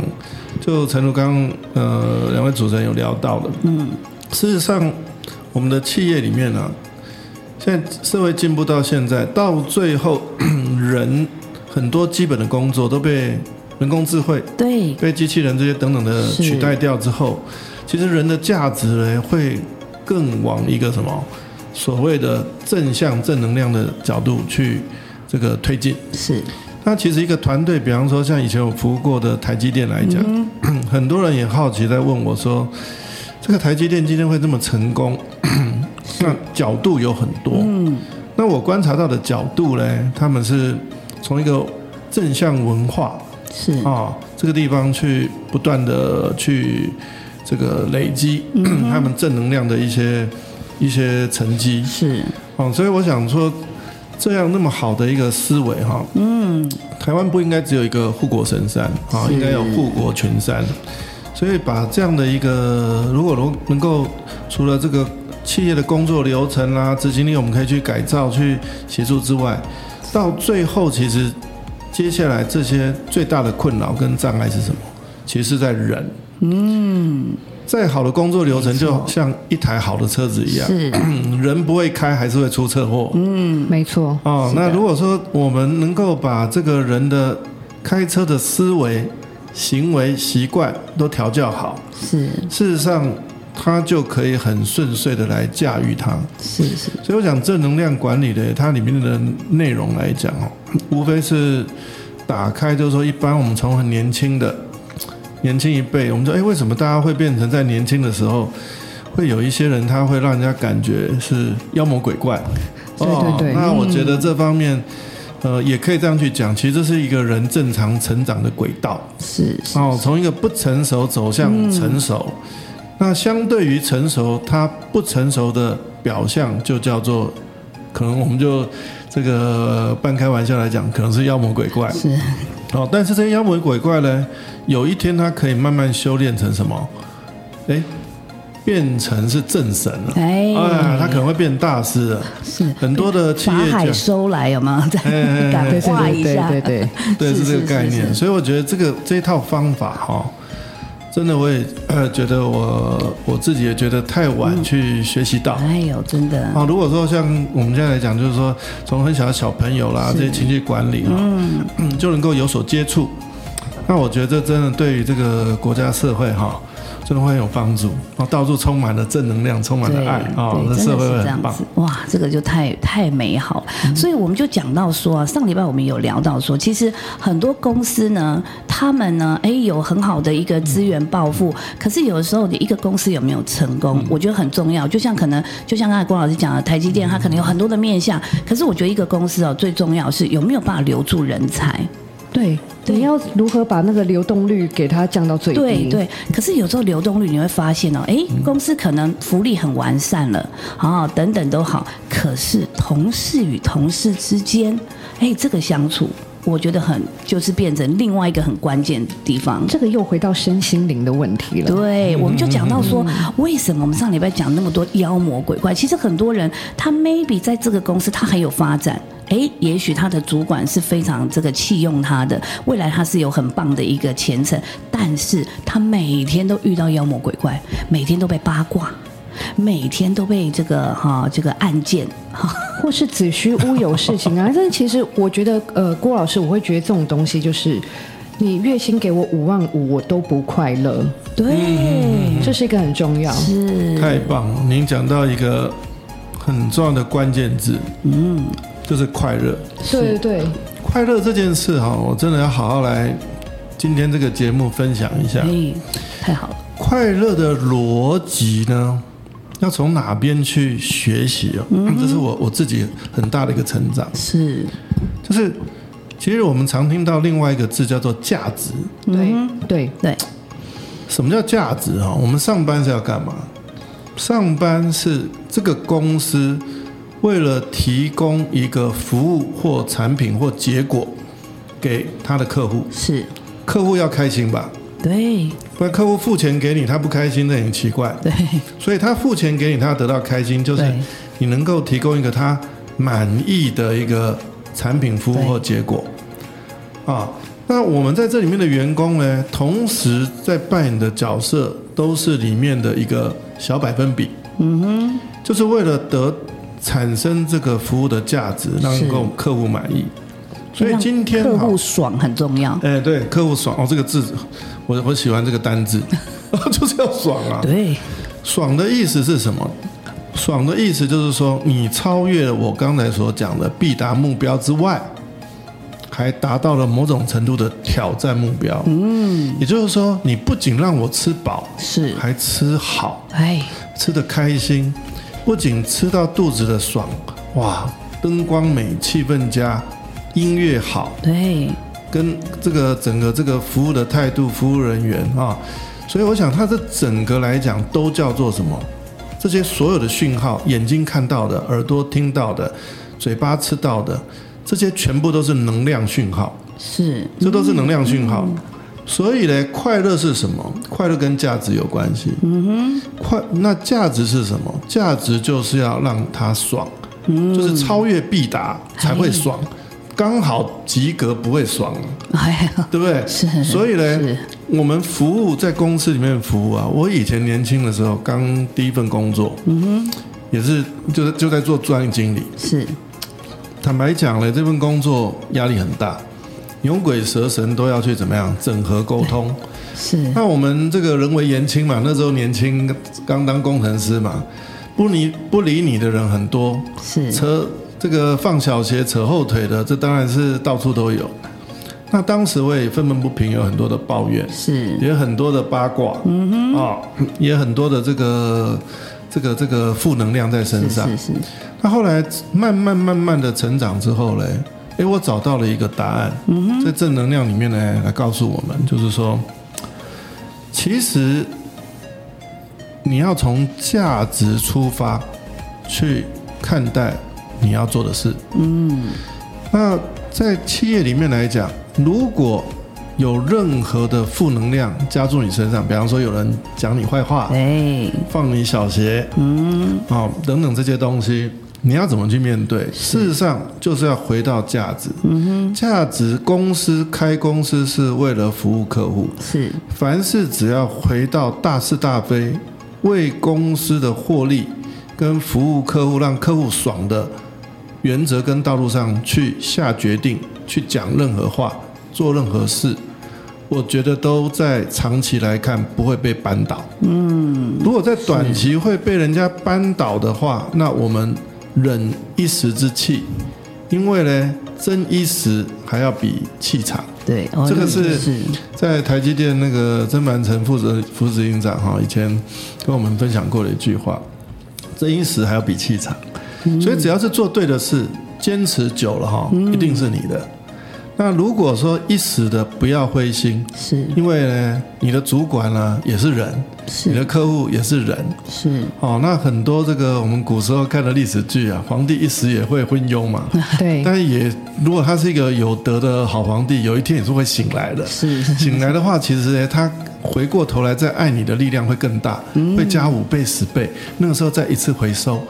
F: 就陈如刚呃两位主持人有聊到的，嗯，事实上我们的企业里面呢、啊，现在社会进步到现在，到最后 人很多基本的工作都被人工智慧、
B: 对
F: 被机器人这些等等的
B: 是
F: 取代掉之后，其实人的价值呢会更往一个什么所谓的正向正能量的角度去这个推进。
B: 是
F: 那其实一个团队，比方说像以前我服务过的台积电来讲，
B: 嗯
F: 很多人也好奇在问我说，这个台积电今天会这么成功，那角度有很多。嗯，那我观察到的角度嘞，他们是从一个正向文化
B: 是
F: 啊、这个地方去不断的去这个累积、 他们正能量的一些一些成绩。
B: 是
F: 哦，所以我想说，这样那么好的一个思维哈，嗯，台湾不应该只有一个护国神山啊，应该有护国群山。所以把这样的一个，如果能能够除了这个企业的工作流程啦、执行力，我们可以去改造、去协助之外，到最后其实接下来这些最大的困扰跟障碍是什么？其实是在人。嗯，再好的工作流程，就像一台好的车子一样，
B: 是，
F: 人不会开还是会出车祸。嗯，
E: 没错，
F: 哦，那如果说我们能够把这个人的开车的思维、行为、习惯都调教好，
B: 是
F: 事实上他就可以很顺遂的来驾驭它。
B: 是是，
F: 所以我想正能量管理的它里面的内容来讲哦，无非是打开，就是说一般我们从很年轻的年轻一辈，我们说哎，为什么大家会变成在年轻的时候会有一些人他会让人家感觉是妖魔鬼怪？哦
E: 对对对
F: 那我觉得这方面。呃，也可以这样去讲，其实这是一个人正常成长的轨道
B: 是是
F: 哦，从一个不成熟走向成熟。那相对于成熟，它不成熟的表象就叫做，可能我们就这个半开玩笑来讲，可能是妖魔鬼怪。
B: 是
F: 哦，但是这些妖魔鬼怪呢，有一天它可以慢慢修炼成什么？哎，变成是正神了。
B: 哎
F: 呀，他可能会变大师了。
B: 是
F: 很多的企
B: 法
F: 业
B: 海
F: 家，
B: 收来有 吗？再
F: 哎
B: 感
E: 对
B: 化一
E: 对对
B: 下，
E: 对对对，
F: 对，
B: 是
F: 是这个
B: 是
F: 概
B: 是
F: 念。
B: 是
F: 所以我觉得这个这一套方法哈、真的我也呃觉得我我自己也觉得太
B: 嗯
F: 晚去学习到。
B: 哎呦，真的，
F: 啊，如果说像我们现在来讲，就是说从很小的小朋友啦，这些情绪管理啊，嗯， 就能够有所接触，那我觉得真的对于这个国家社会哈、真的会很有帮助。啊，到处充满了正能量，充满
B: 对
F: 了爱啊，
B: 对，
F: 这
B: 真
F: 社
B: 的
F: 会
B: 是
F: 会
B: 这
F: 很
B: 样
F: 棒嗯
B: 子。。哇，这个就太太美好了。所以我们就讲到说啊，上礼拜我们有聊到说，其实很多公司呢，他们呢，哎，有很好的一个资源抱
F: 嗯
B: 负，可是有的时候你一个公司有没有成功，我觉得很重要。就像可能，就像刚才郭老师讲的，台积
F: 嗯
B: 电它可能有很多的面向，可是我觉得一个公司哦，最重要是有没有办法留住人才。
E: 对，你要如何把那个流动率给它降到最低？嗯
B: 对对，可是有时候流动率你会发现哦，哎，公司可能福利很完善了，啊、等等都好，可是同事与同事之间，哎，这个相处，我觉得很就是变成另外一个很关键的地方。
E: 这个又回到身心灵的问题了。
B: 对，我们就讲到说，为什么我们上礼拜讲那么多妖魔鬼怪？其实很多人他 maybe 在这个公司他很有发展。诶，也许他的主管是非常这个器用他的，未来他是有很棒的一个前程，但是他每天都遇到妖魔鬼怪，每天都被八卦，每天都被这个哈、这个案件哈、
E: 或是子虚乌有事情啊。但是其实我觉得，呃，郭老师，我会觉得这种东西就是，你月薪给我五万五，我都不快乐，
B: 对，嗯
E: 这是一个很重要。
F: 太棒了！您讲到一个很重要的关键字，嗯，就是快乐。
E: 对对对，
F: 快乐这件事哈，我真的要好好来今天这个节目分享一下。
B: 哎，太好了，
F: 快乐的逻辑呢，要从哪边去学习哦？这是我我自己很大的一个成长，
B: 是
F: 就是其实我们常听到另外一个字叫做价值。
E: 对对，
B: 对，
F: 什么叫价值啊？我们上班是要干嘛？上班是这个公司为了提供一个服务或产品或结果给他的客户，
B: 是，
F: 客户要开心吧？
B: 对
F: 不然客户付钱给你，他不开心，那也很奇怪。
B: 对
F: 所以他付钱给你，他要得到开心，就是
B: 对
F: 你能够提供一个他满意的一个产品、服务或结果。啊，那我们在这里面的员工呢，同时在扮演的角色都是里面的一个小百分比。嗯哼，就是为了得产生这个服务的价值，让
B: 是
F: 够客户满意。所以今天
B: 客
F: 好
B: 户爽很重要，
F: 哎，对，客户爽哦，这个字，我我喜欢这个单字， 就是要爽啊。
B: 对。
F: 爽的意思是什么？爽的意思就是说，你超越了我刚才所讲的必达目标之外，还达到了某种程度的挑战目标。嗯，也就是说，你不仅让我吃饱，
B: 是
F: 还吃好，
B: 哎，
F: 吃得开心，不仅吃到肚子的爽，哇，灯光美，气氛佳，音乐好，
B: 对，
F: 跟这个整个这个服务的态度、服务人员啊，所以我想它这整个来讲都叫做什么？这些所有的讯号，眼睛看到的，耳朵听到的，嘴巴吃到的，这些全部都是能量讯号，
B: 是
F: 这都是能量讯号。所以呢，快乐是什么？快乐跟价值有关系。嗯哼，快那价值是什么？价值就是要让他爽，就是超越必达才会爽，刚好及格不会爽。
B: 哎呀，
F: 对不对？
B: 是
F: 所以呢
B: 是，
F: 我们服务在公司里面服务啊，我以前年轻的时候，刚第一份工作，嗯也是就是就在做专案经理。
B: 是
F: 坦白讲呢，这份工作压力很大，牛鬼蛇神都要去怎么样整合沟通。
B: 是
F: 那我们这个人为言轻嘛，那时候年轻，刚当工程师嘛，不理不理你的人很多，
B: 是，
F: 扯这个放小鞋、扯后腿的，这当然是到处都有。那当时我也愤愤不平，有很多的抱怨，
B: 是
F: 也很多的八卦，嗯哼，啊、也很多的这个这个这个负能量在身上
B: 是。是，
F: 那后来慢慢慢慢的成长之后嘞，诶，我找到了一个答案，在正能量里面呢来告诉我们，就是说，其实你要从价值出发去看待你要做的事。嗯，那在企业里面来讲，如果有任何的负能量加注你身上，比方说有人讲你坏话，
B: 哎，
F: 放你小鞋，嗯，哦，等等这些东西，你要怎么去面对？事实上，就是要回到价值。嗯哼，价值公司开公司是为了服务客户，
B: 是
F: 凡事只要回到大是大非，为公司的获利跟服务客户，让客户爽的原则跟道路上去下决定，去讲任何话，做任何事，我觉得都在长期来看不会被扳倒。嗯，如果在短期会被人家扳倒的话，那我们忍一时之气，因为呢，争一时还要比气长。
B: 对，哦
F: 这个是
B: 是
F: 在台积电那个曾凡成副执副执行长哈，以前跟我们分享过的一句话：这一时还要比气长。
B: 嗯
F: 所以只要是做对的事，坚持久了哈，一定是你的。那如果说一时的不要灰心，
B: 是
F: 因为呢，你的主管呢、也是人，
B: 是
F: 你的客户也是人，
B: 是
F: 哦，那很多这个我们古时候看的历史剧啊，皇帝一时也会昏庸嘛，
E: 对，
F: 但也如果他是一个有德的好皇帝，有一天也是会醒来的。
B: 是是
F: 醒来的话，其实呢他回过头来再爱你的力量会更大，会加五倍、十倍。那个时候再一次回收，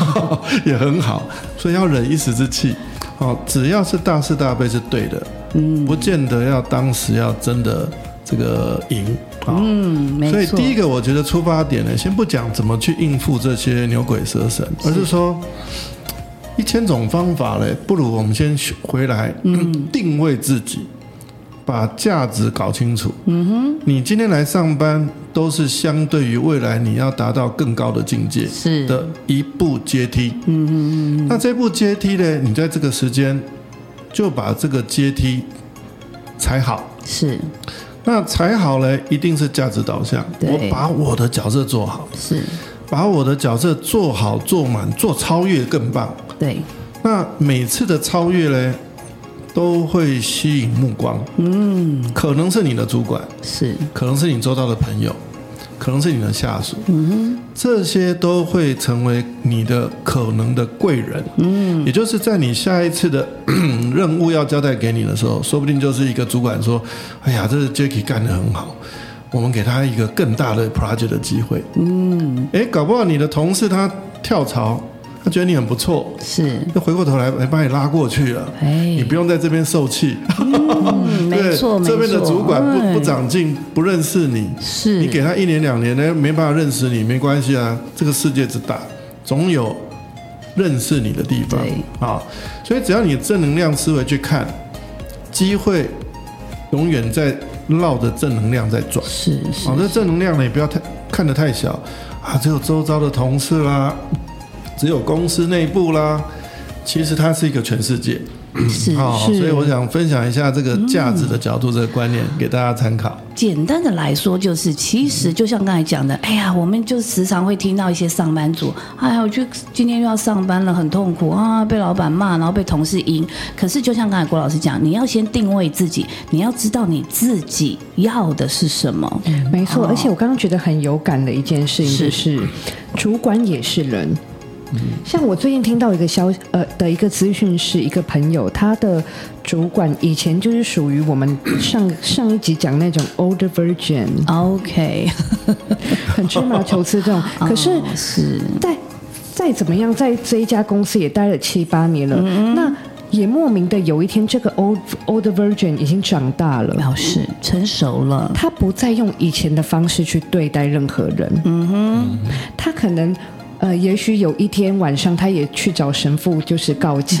F: 也很好。所以要忍一时之气，哦，只要是大是大非是对的，嗯，不见得要当时要真的这个赢啊。
B: 嗯，没
F: 所以
B: 错，
F: 第一个，我觉得出发点呢，先不讲怎么去应付这些牛鬼蛇神，而是说一千种方法嘞，不如我们先回来、定位自己，把价值搞清楚。嗯哼，你今天来上班都是相对于未来你要达到更高的境界
B: 是
F: 的一步阶梯。嗯嗯嗯。那这步阶梯呢，你在这个时间就把这个阶梯踩好。
B: 是
F: 那才好嘞，一定是价值导向。
B: 对
F: 我把我的角色做好，
B: 是，
F: 把我的角色做好、做满、做超越更棒。
B: 对，
F: 那每次的超越嘞，都会吸引目光。嗯，可能是你的主管，
B: 是
F: 可能是你周遭的朋友，可能是你的下属，嗯这些都会成为你的可能的贵人，嗯，也就是在你下一次的 任务要交代给你的时候，说不定就是一个主管说，哎呀，这 Jacky 干得很好。我们给他一个更大的 project 的机会，嗯，哎，搞不好你的同事他跳槽，他觉得你很不错，
B: 是，
F: 那回过头来，哎，把你拉过去了，
B: 哎
F: 你不用在这边受气，
B: 嗯，没
F: 对，
B: 错，没错，
F: 这边的主管不不
B: 哎
F: 长进，不认识你，
B: 是
F: 你给他一年两年呢，没办法认识你，没关系啊，这个世界之大，总有认识你的地方啊。所以只要你正能量思维去看，机会永远在绕着正能量在转。
B: 是是
F: 啊，这正能量呢，也不要太看得太小啊，只有周遭的同事啦，只有公司内部啦，其实它是一个全世界。
B: 是
F: 嗯好，
B: 嗯是，
F: 所以我想分享一下这个价值的角度这个观念给大家参考。
B: 简单的来说，就是其实就像刚才讲的，哎呀，我们就时常会听到一些上班族，哎呀，我就今天又要上班了，很痛苦啊，被老板骂，然后被同事阴。可是就像刚才郭老师讲，你要先定位自己，你要知道你自己要的是什么。
F: 嗯
E: 没错。而且我刚刚觉得很有感的一件事情就是是，主管也是人。像我最近听到一个消呃的一个资讯，是一个朋友，他的主管以前就是属于我们 上上一集讲那种 old virgin，
B: OK，
E: 很芝麻球刺这种。可是
B: 哦是
E: 再再怎么样，在这一家公司也待了七八年了，那也莫名的有一天，这个 old old virgin 已经长大了。
B: 表示成熟了，
E: 他不再用以前的方式去对待任何人。嗯哼，他可能。呃，也许有一天晚上，他也去找神父，就是告 解，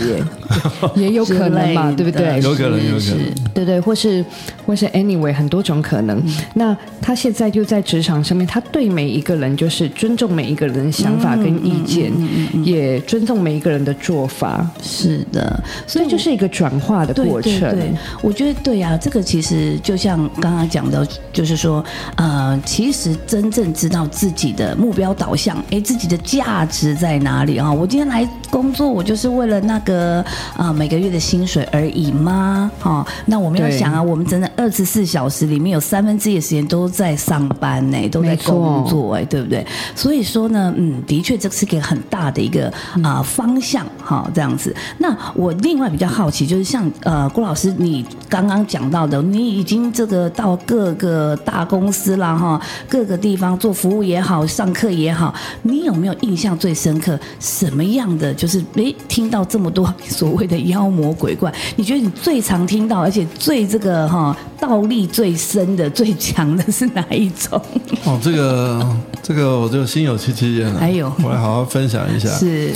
E: 也有可能嘛，
B: 之
E: 对
B: 类
E: 不对
B: 的？
F: 有可能
B: 是
F: 有可能
B: 是
E: 对对，或是或是 anyway 很多种可能。
B: 嗯
E: 那他现在就在职场上面，他对每一个人就是尊重每一个人的想法跟意
B: 嗯
E: 见，也尊重每一个人的做法，
B: 是的，所
E: 所
B: 以
E: 以
B: 就。
E: 就是是一个转化的
B: 对
E: 过程。
B: 对对，我觉得对呀、这个其实就像刚刚讲的，就是说，呃，其实真正知道自己的目标导向，哎，自己的价值在哪里啊？我今天来工作，我就是为了那个啊、每个月的薪水而已吗？哦，那我们要
E: 对
B: 想啊，我们真的二十四小时里面有三分之一的时间都在上班呢，都在
E: 没错
B: 工作哎，对不对？所以说呢，嗯，的确这是个很大的一个
E: 嗯
B: 啊、方向哈、这样子。那我另外比较好奇，就是像呃郭老师你刚刚讲到的，你已经这个到各个大公司啦哈，各个地方做服务也好，上课也好，你有没有印象最深刻？什么样的就是诶，听到这么多所谓的妖魔鬼怪，你觉得你最常听到，而且最这个哈倒立最深的、最强的是哪一种？
F: 哦，这个这个我就心有戚戚焉了。
B: 哎呦
F: 我来好好分享一下。
B: 是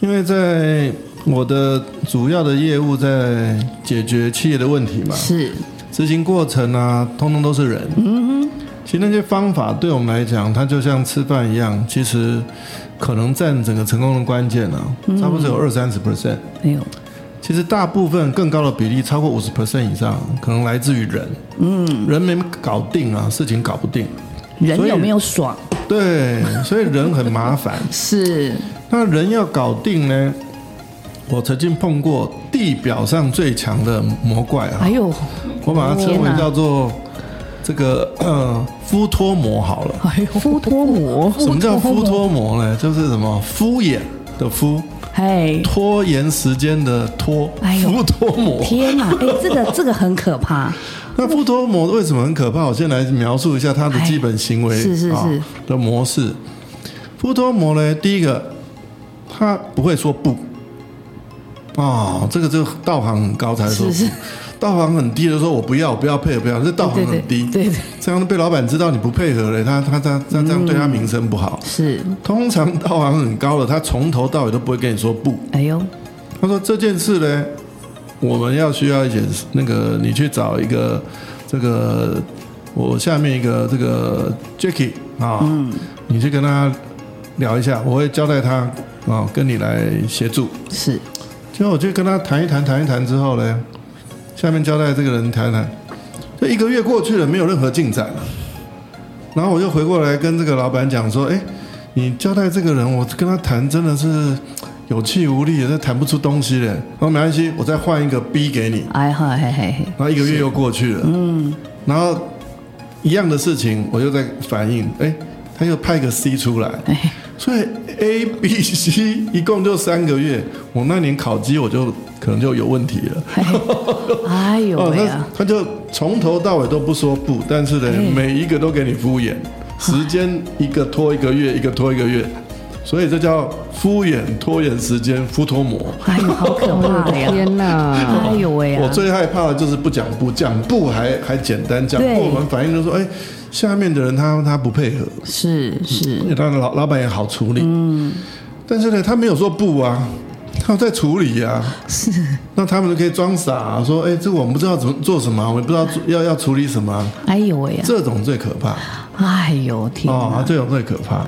F: 因为在我的主要的业务在解决企业的问题嘛，
B: 是，
F: 执行过程啊，通通都是人。嗯其实那些方法对我们来讲，它就像吃饭一样，其实可能占整个成功的关键啊，差不多只有二三十 percent。
B: 哎呦，
F: 其实大部分更高的比例，超过五十 percent 以上，可能来自于人。嗯，人没搞定啊，事情搞不定。
B: 人
F: 所以
B: 有没有爽？
F: 对，所以人很麻烦。
B: 是
F: 那人要搞定呢，我曾经碰过地表上最强的魔怪啊，
B: 哎呦，
F: 我把它称
B: 天
F: 为
B: 哪
F: 叫做这个呃夫托魔好了。
B: 哎呦，敷脱膜，
F: 什么叫夫托魔呢？就是什么敷衍的敷，
B: 哎，
F: 拖延时间的拖，
B: 哎呦
F: 夫托魔。
B: 天哪，哎，这个这个很可怕，
F: 那夫托魔为什么很可怕？我先来描述一下它的基本行为
B: 哎是是
F: 啊
B: 是
F: 的模式。夫托魔呢，第一个，他不会说不。哦，这个就道行很高才说不，
B: 是是
F: 道行很低的说我不要，我不要配合，不要，这道行很低，
B: 对对对对
F: 这样被老板知道你不配合了，他他他他这样对他
B: 嗯
F: 名声不好。
B: 是，
F: 通常道行很高的，他从头到尾都不会跟你说不，
B: 哎呦，
F: 他说这件事呢，我们要需要一点那个，你去找一个这个我下面一个这个 Jacky 啊、你去跟他聊一下，我会交代他啊、跟你来协助。
B: 是，
F: 结果我就跟他谈一谈，谈一谈之后呢，下面交代这个人谈一谈，这一个月过去了，没有任何进展了。然后我就回过来跟这个老板讲说：“哎，你交代这个人，我跟他谈真的是有气无力，这谈不出东西嘞。”然后没关系，我再换一个 B 给你。
B: 哎哈嘿嘿嘿，
F: 然后一个月又过去了，嗯，然后一样的事情，我又在反应，哎，他又派个 C 出来，所以 A、B、C 一共就三个月，我那年烤鸡我就可能就有问题了，
B: 哎呦喂
F: 他
B: 啊，
F: 他就从头到尾都不说不，但是呢，每一个都给你敷衍，时间一个拖一个月，一个拖一个月。所以这叫敷衍、拖延时间、敷脱模。
B: 哎呦，好可
E: 我
B: 怕
E: 的
B: 呀，
E: 天哪！
B: 哎呦喂
F: 我
B: 啊，
F: 最害怕的就是不讲不，讲不还还简单，讲
B: 对
F: 不我们反应就说，哎，下面的人他他不配合，
B: 是是，
F: 当然老老板也好处理，嗯，但是呢，他没有说不啊，他有在处理啊，是，那他们就可以装傻、说，哎，这个我们不知道怎么做什么啊，我们不知道做要要处理什么啊、
B: 哎呦喂啊，
F: 这种最可怕
B: 哎呦天
F: 哦
B: 哪，，
F: 这种最可怕，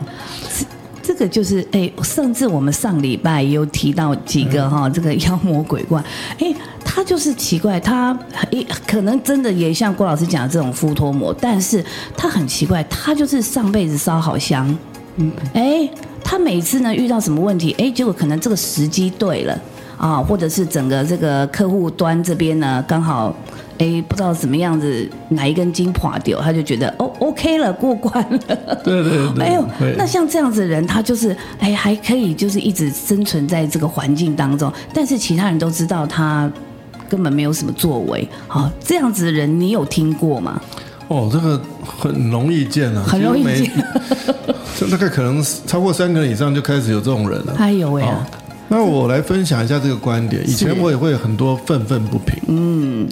B: 这个就是哎，甚至我们上礼拜也有提到几个哈、这个妖魔鬼怪，哎，他就是奇怪，他哎可能真的也像郭老师讲的这种敷脱魔，但是他很奇怪，他就是上辈子烧好香，嗯，哎，他每次呢遇到什么问题，哎，结果可能这个时机对了。啊，或者是整个这个客户端这边呢，刚好，哎，不知道怎么样子哪一根筋垮掉，他就觉得哦，OK 了，过关了。
F: 对对对，
B: 哎呦
F: 对，
B: 那像这样子的人，他就是哎还可以就是一直生存在这个环境当中，但是其他人都知道他根本没有什么作为。好，这样子的人你有听过吗？
F: 哦，这个很容易见啊，
B: 很容易
F: 其实每
B: 见，
F: 就大概可能超过三个人以上就开始有这种人了，
B: 哎呦喂
F: 哦
B: 啊，，
F: 那我来分享一下这个观点。以前我也会很多愤愤不平，嗯，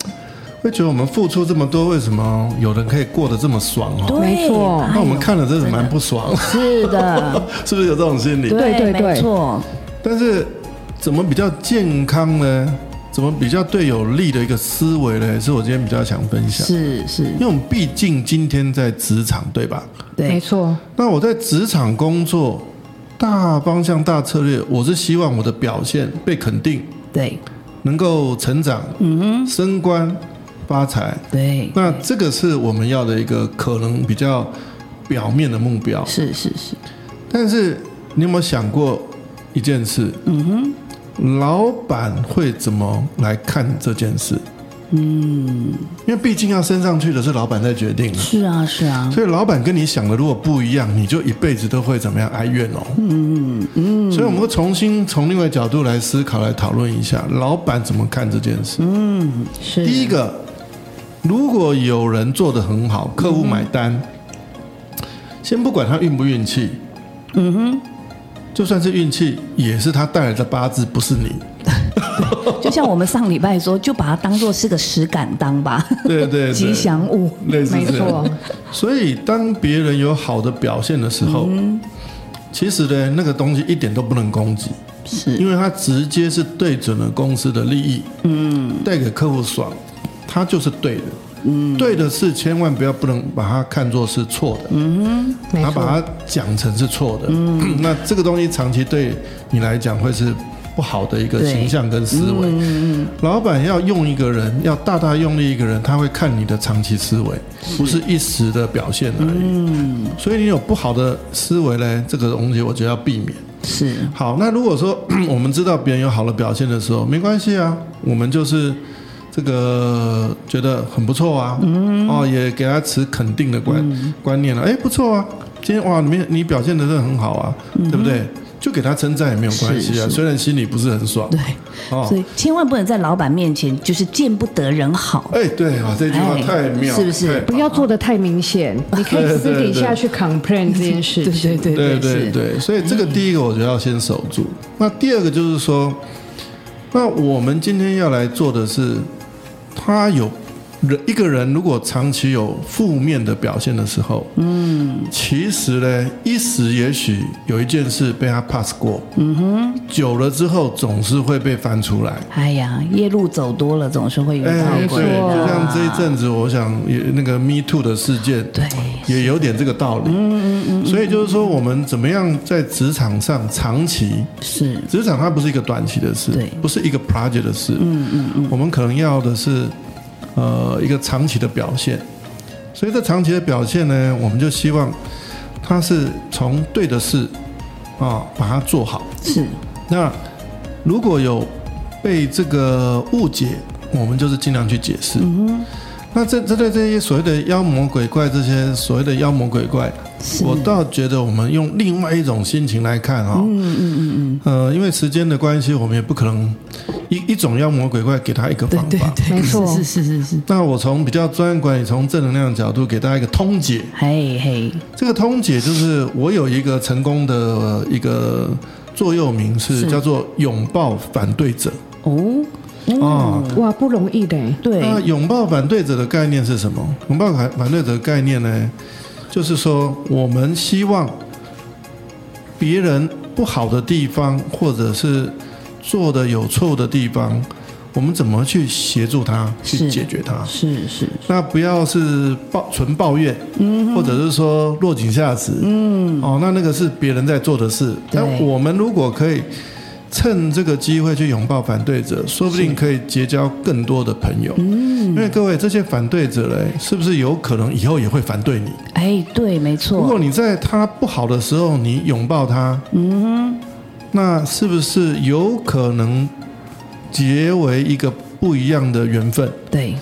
F: 会觉得我们付出这么多，为什么有人可以过得这么爽哦？
B: 对啊
E: 没错
B: 哎呦
F: 那我们看了真是蛮不爽，啊
B: 是的，
F: 是不是有这种心理？
E: 对对对
B: 没错，
F: 但是怎么比较健康呢？怎么比较对有利的一个思维呢？是我今天比较想分享，
B: 是是
F: 因，为我们毕竟今天在职场，对吧？
E: 没
B: 对，
E: 错，
F: 那我在职场工作，大方向、大策略，我是希望我的表现被肯定，
B: 对
F: 能够成长，嗯，升官发财，
B: 对，
F: 那这个是我们要的一个可能比较表面的目标。
B: 是是是，
F: 但是你有没有想过一件事？嗯哼，老板会怎么来看这件事？嗯，因为毕竟要升上去的是老板在决定的。
B: 是啊是啊，
F: 所以老板跟你想的如果不一样，你就一辈子都会怎么样哀怨哦。嗯嗯。所以我们会重新从另外角度来思考、来讨论一下，老板怎么看这件事。
E: 是
F: 第一个，如果有人做得很好，客户买单，先不管他运不运气，嗯哼，就算是运气，也是他带来的八字，不是你。
B: 就像我们上礼拜说，就把它当做是个实感当吧，
F: 对对 对
B: 吉祥物。
F: 类似
E: 没
F: 这样
E: 错。
F: 所以当别人有好的表现的时候，其实呢，那个东西一点都不能攻击，是因为它直接是对准了公司的利益，嗯，带给客户爽，它就是对的。嗯，对的事千万不要不能把它看作是错的，嗯，
E: 没
F: 把
E: 错，
F: 它讲成是错的，嗯， 那这个东西长期对你来讲会是不好的一个
B: 对
F: 形象跟思维。老板要用一个人，要大大用力一个人，他会看你的长期思维，不是一时的表现而已。嗯，所以你有不好的思维呢，这个东西我觉得要避免。
B: 是，
F: 好，那如果说 我们知道别人有好的表现的时候，没关系啊，我们就是这个觉得很不错啊，
B: 嗯
F: 哦，也给他持肯定的观、观念了，哎，不错啊，今天哇，你们你表现的真的很好啊，
B: 嗯
F: 对不对？就给他称赞也没有关系啊，虽然心里不是很爽。
B: 对，
F: 哦
B: 所以千万不能在老板面前就是见不得人好。
F: 哎，对啊，这句话
B: 哎
F: 太妙，
B: 是不是
F: 太
E: 不要做的太明 显，你可以私底下去 complain 这件事情。
B: 对
F: 对对对，所以这个第一个我觉得要先守住。那第二个就是说，那我们今天要来做的是，他有人一个人如果长期有负面的表现的时候，嗯，其实呢，一时也许有一件事被他 pass 过，嗯哼，久了之后总是会被翻出来。哎
B: 哎呀，夜路走多了，总是会遇到
F: 对，
B: 鬼
E: 没
B: 的
E: 错
F: 就
B: 啊。
F: 像这一阵子，我想也那个 Me Too 的事件，
B: 对，
F: 也有点这个道理。嗯嗯嗯。所以就是说，我们怎么样在职场上长期？
B: 是
F: 职场它不是一个短期的事
B: 对，
F: 不是一个 project 的事。嗯嗯嗯。我们可能要的是，呃，一个长期的表现。所以这长期的表现呢，我们就希望它是从对的事啊、把它做好。
B: 是，
F: 那如果有被这个误解，我们就是尽量去解释。那这这对这些所谓的妖魔鬼怪，这些所谓的妖魔鬼怪，我倒觉得我们用另外一种心情来看哈、嗯嗯嗯嗯。呃，因为时间的关系，我们也不可能一一种妖魔鬼怪给他一个方法。
E: 没错，
B: 是是是是，
F: 那我从比较专业管理，从正能量的角度给大家一个通解。
B: 嘿嘿，
F: 这个通解就是我有一个成功的呃一个座右铭是叫做“拥抱反对者
B: 哦，”
F: 啊。
E: 哇，不容易的。
B: 对，
F: 那拥抱反对者的概念是什么？拥抱反反对者的概念呢，就是说我们希望别人不好的地方，或者是做的有错误的地方，我们怎么去协助他，去
B: 是
F: 解决他。
B: 是是，嗯
F: 那不要是抱纯抱怨，或者是说落井下石，嗯，哦，那那个是别人在做的事，
B: 对
F: 但我们如果可以趁这个机会去拥抱反对者，说不定可以结交更多的朋友，嗯，因为各位这些反对者嘞，是不是有可能以后也会反对你？
B: 哎，对，没
F: 如
B: 错，
F: 果你在他不好的时候你拥抱他，嗯，那是不是有可能结为一个不一样的缘分？
B: 对，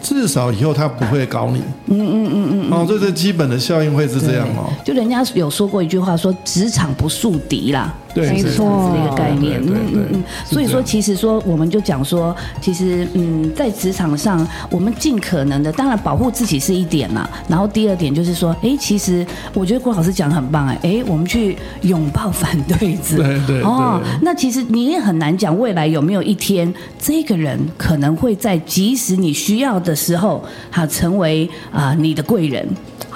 F: 至少以后他不会搞你。嗯嗯嗯嗯。哦，这是基本的效应会是这样哦。
B: 就人家有说过一句话，说职场不树敌啦，
F: 对，
E: 没
F: 是
E: 错
B: 这样子的一个概念。
F: 对对对对是
B: 嗯所以
F: 这
B: 说，
F: 样
B: 其实说我们就讲说，其实嗯，在职场上，我们尽可能的，当然保护自己是一点啦。然后第二点就是说，哎，其实我觉得郭老师讲得很棒哎，哎，我们去拥抱反对者。
F: 对对
B: 哦
F: 对，
B: 那其实你也很难讲未来有没有一天，这个人可能会在即使你需要的时候，哈，成为啊、你的贵人。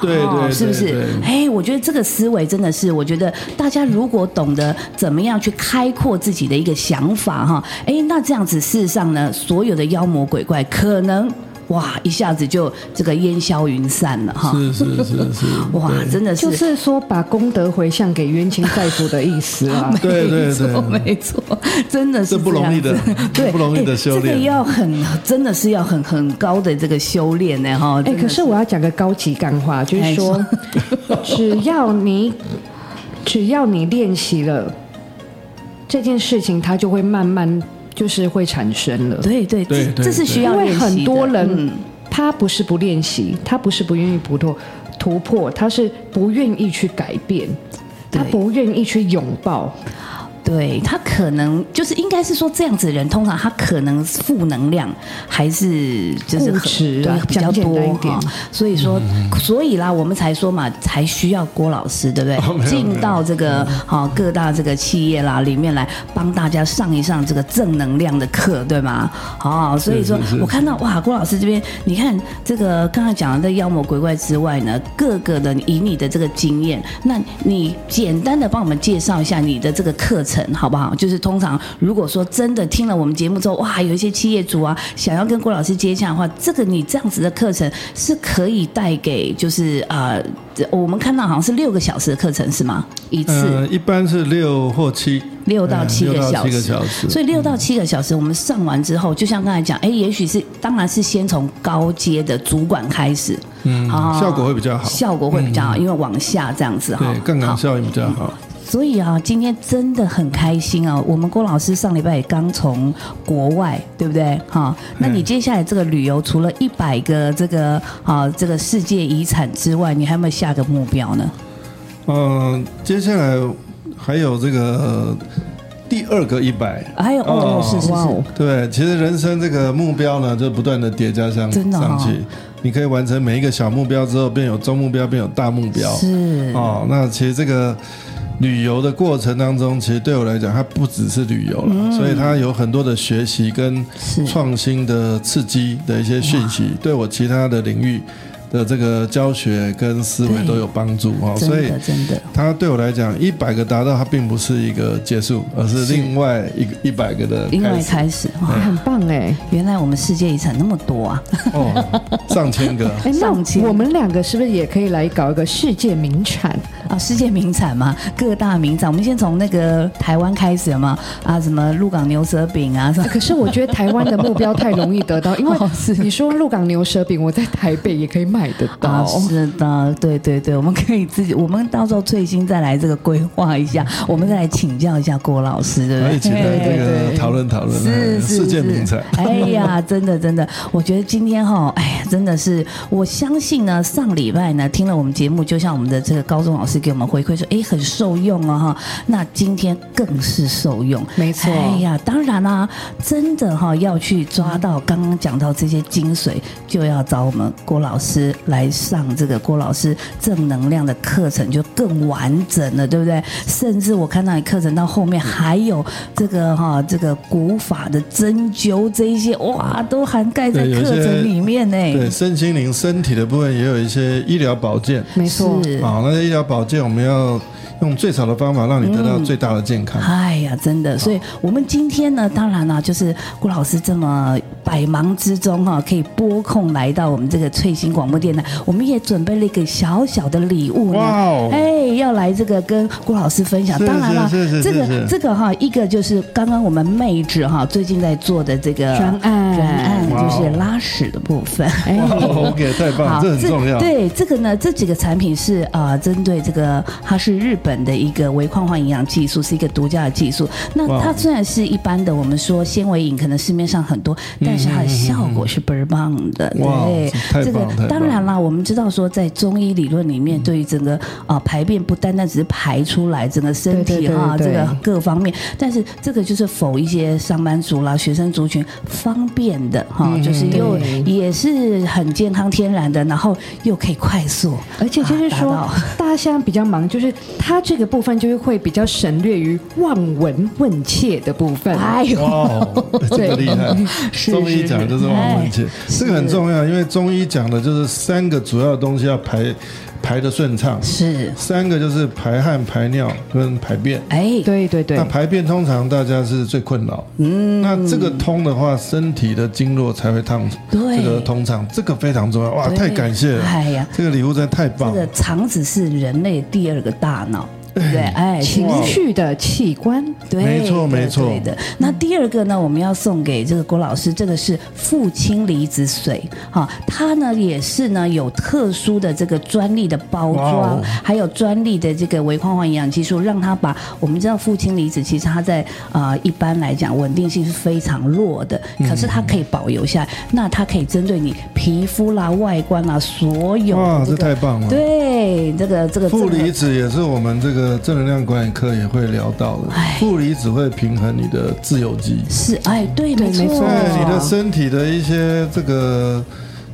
F: 对对
B: 哦是不
F: 对
B: 是
F: 对？
B: 哎，我觉得这个思维真的是，我觉得大家如果懂得怎么样去开阔自己的一个想法哈，哎，那这样子事实上呢，所有的妖魔鬼怪可能哇一下子就这个烟消云散了哈，
F: 是是是是。。
B: 哇，真的是。
E: 就是说把功德回向给冤亲债主的意思啊啦
F: 对 对
B: 没错，
F: 对
B: 没错，真的是
F: 这不
B: 样
F: 容易的
B: 子对，
F: 这不容易的
B: 哎
F: 修
B: 这
F: 炼
B: 个要很，真的是要很很高的这个修炼呢哈。
E: 哎、
B: 真的
E: 可是我要讲个高级干话，就是哎说， 只要你只要你练习了这件事情，它就会慢慢就是会产生了。
B: 对对
F: 对
B: 这
F: 对
B: 这是需要
E: 因为
B: 练习
E: 很
B: 的
E: 多人、
B: 嗯
E: 他不是不练习，他不是不愿意不突突破，他是不愿意去改变，
B: 对
E: 他不愿意去拥抱。
B: 对他可能就是应该是说这样子的人，通常他可能负能量还是就是
E: 固
B: 很
E: 执啊
B: 对比较
E: 讲简单
B: 多
E: 一点嗯
B: 哈。所以说，所以啦，我们才说嘛，才需要郭老师，对不
E: 嗯
F: 哦没
B: 对？
F: 有没
B: 进
F: 有
B: 到这个哈各大这个企业啦里面来，帮大家上一上这个正能量的课，对吗？哦，所以说
F: 是是是
B: 我看到哇，郭老师这边，你看这个刚才讲的这妖魔鬼怪之外呢，各个的以你的这个经验，那你简单的帮我们介绍一下你的这个课程好不好？就是通常如果说真的听了我们节目之后，哇，有一些企业主啊想要跟郭老师接洽的话，这个你这样子的课程是可以带给就是呃，这我们看到好像是六个小时的课程是吗？一次。
F: 呃，一般是六或七，
B: 六到
F: 嗯
B: 七个
F: 六到
B: 小
F: 七个
B: 时，
F: 小时，
B: 所以六到七个小时，我们上完之后，就像刚才讲，哎，也许是当然是先从高阶的主管开始，
F: 嗯
B: 啊，
F: 效果会比较好，嗯
B: 效果会比较好，因为往下这样子哈
F: 对，。杠杆效应比较好。
B: 所以啊，今天真的很开心啊！我们郭老师上礼拜也刚从国外，对不对？哈，
F: 嗯
B: 那你接下来这个旅游，除了一百个这个啊这个世界遗产之外，你还有没有下个目标呢？
F: 嗯，接下来还有这个、呃第二个一百。
B: 还有哦，是是
E: 哇哦
B: 是，
F: 对，其实人生这个目标呢，就不断的叠加上、
B: 真的哦
F: 上去。你可以完成每一个小目标之后，便有中目标，便有大目标。
B: 是
F: 哦，那其实这个旅游的过程当中，其实对我来讲，它不只是旅游了，所以它有很多的学习跟
B: 嗯是
F: 创新的刺激的一些讯息，对我其他的领域的这个教学跟思维
B: 对
F: 都有帮助哦。
B: 真
F: 所以
B: 的真的。
F: 它对我来讲，一百个达到它并不是一个结束，而是另外一个一百个的
B: 另外
F: 开始。嗯
B: 开始哇，
E: 很棒哎、
B: 原来我们世界遗产那么多啊！
F: 哦，上千个。
E: 哎，那
B: 上千
E: 我们两个是不是也可以来搞一个世界名 产？
B: 啊，世界名产嘛，各大名产，我们先从那个台湾开始嘛，啊，什么鹿港牛舌饼啊，什么
E: 可是我觉得台湾的目标太容易得到，因为
B: 哦
E: 你说鹿港牛舌饼，我在台北也可以买得
B: 啊，
E: 到。
B: 是的，对对对，我们可以自己，我们到时候最新再来这个规划一下，我们再来请教一下郭老师， 对不
F: 然后
B: 对？
F: 一起来这个讨论讨论，哎
B: 是是
F: 世界名产。
B: 是哎呀，真的真的，我觉得今天哈，哎呀，真的是，我相信呢，上礼拜呢听了我们节目，就像我们的这个高中老师给我们回馈说，哎，很受用哦哈。那今天更是受用，
E: 没错
B: 哎呀，当然啦、真的哈、要去抓到刚刚讲到这些精髓，就要找我们郭老师来上这个郭老师正能量的课程，就更完整了，对不对？甚至我看到你课程到后面还有这个哈、这个古法的针灸这一些，哇，都涵盖在
F: 对有一些
B: 课程里面
F: 对，
B: 呢。
F: 身心灵、身体的部分也有一些医疗保健。
E: 没错，
B: 是，
F: 好，那些医疗保健我们要用最少的方法，让你得到最大的健康。
B: 哎呀，真的，所以我们今天呢，当然啦、就是顾老师这么百忙之中哈、可以拨空来到我们这个翠星广播电台，我们也准备了一个小小的礼物呢
F: 哇哦，
B: 哎，要来这个跟顾老师分享。
F: 是
B: 当然啦，
F: 是是是
B: 这
F: 是是
B: 个这个哈、一个就是刚刚我们妹纸哈、最近在做的这个
E: 专案
B: 专案
F: 哇哦
B: 就是拉屎的部分。
E: 哎，
F: 哇，OK，太棒，这很重要。
B: 对这个呢，这几个产品是啊、呃针对这个它是日本的一个微矿化营养技术，是一个独家的技术。那
F: 哇
B: 它虽然是一般的，我们说纤维饮可能市面上很多，但是它的效果是倍儿棒的。
F: 嗯哇
B: 对，
F: 太棒
B: 这个
F: 太棒
B: 当然啦，我们知道说在中医理论里面，对于整个啊、呃排便不单单只是排出来，整个身
E: 对对
B: 体
E: 对
B: 啊
E: 对
B: 这个各方面，但是这个就是否一些上班族啦、学生族群方便的哈，就是又
E: 嗯对
B: 也是很健康天然的，然后又可以快速，
E: 而且就是
B: 啊达
E: 说
B: 到，
E: 大家现在比较忙，就是它这个部分就是会比较省略于望闻问切的部分。
B: 哎呦，
F: 哇哦，这个厉害！ 中医讲的就是望闻切，这个很重要，因为中医讲的就是三个主要的东西要排排的顺畅，
B: 是，
F: 三个就是排汗、排尿跟排便。
B: 哎，
E: 对对对
F: 那，排便通常大家是最困扰，嗯，那这个通的话，身体的经络才会通，
B: 对
F: 这个通畅，这个非常重要，哇，
B: 对
F: 太感谢了，
B: 哎呀
F: 这个礼物真的太
B: 这
F: 棒
B: 个
F: 了，
B: 肠子是人类第二个大脑，对不对？哎，
E: 情绪的器官。
B: 对，
F: 没错
B: 对
F: 没错
B: 对的。那第二个呢，我们要送给这个郭老师，这个是富氢离子水，哈，它呢也是呢有特殊的这个专利的包
F: 哇
B: 装
F: 哦，
B: 还有专利的这个微矿化营养技术，让它把我们知道富氢离子其实它在啊、呃一般来讲稳定性是非常弱的，
F: 嗯
B: 可是它可以保留下来，那它可以针对你皮肤啦、外观啦所有
F: 哇，
B: 的
F: 这
B: 这
F: 太
B: 个。
F: 棒了。
B: 对，这个这个
F: 负
B: 这个
F: 离子也是我们这个个正能量管理课也会聊到的，负离子会平衡你的自由基，
B: 是哎，对，
E: 对
B: 没错，
E: 没错
F: 对你的身体的一些这个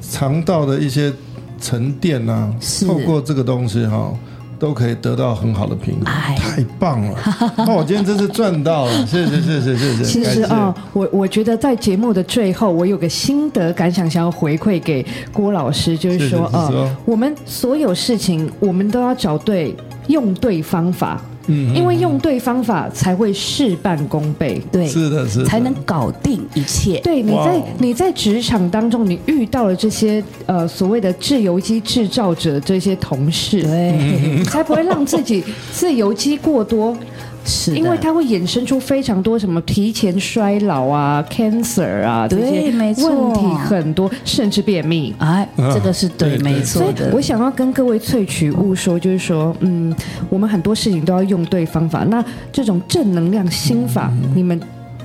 F: 肠道的一些沉淀啊，
B: 是
F: 透过这个东西哈、都可以得到很好的平衡，
B: 哎
F: 太棒了！那我今天真是赚到了，谢谢谢谢谢谢。
E: 其实
F: 感谢
E: 啊、我我觉得在节目的最后，我有个心得感想想要回馈给郭老师，就是
F: 是是
E: 说
F: 是
E: 啊、
F: 说
E: 我们所有事情我们都要找对用对方法，
F: 嗯
E: 因为用对方法才会事半功倍。
B: 对，
F: 是的是的
B: 才能搞定一切。
E: 对，你
F: 哇
E: 在
F: 哦
E: 你在职场当中，你遇到了这些呃所谓的自由基制造者的这些同事，
B: 对，
E: 你 才不会让自己自由基过多，
B: 是的，
E: 因为它会衍生出非常多什么提前衰老啊、cancer 啊这
B: 对
E: 些
B: 没错
E: 问题很多，甚至便秘。
B: 哎，
F: 啊
B: 这个是对，
F: 对对
B: 没
E: 所
B: 错
E: 以
B: 的。
E: 我想要跟各位萃取物说，就是说，嗯，我们很多事情都要用对方法。那这种正能量心法，你们。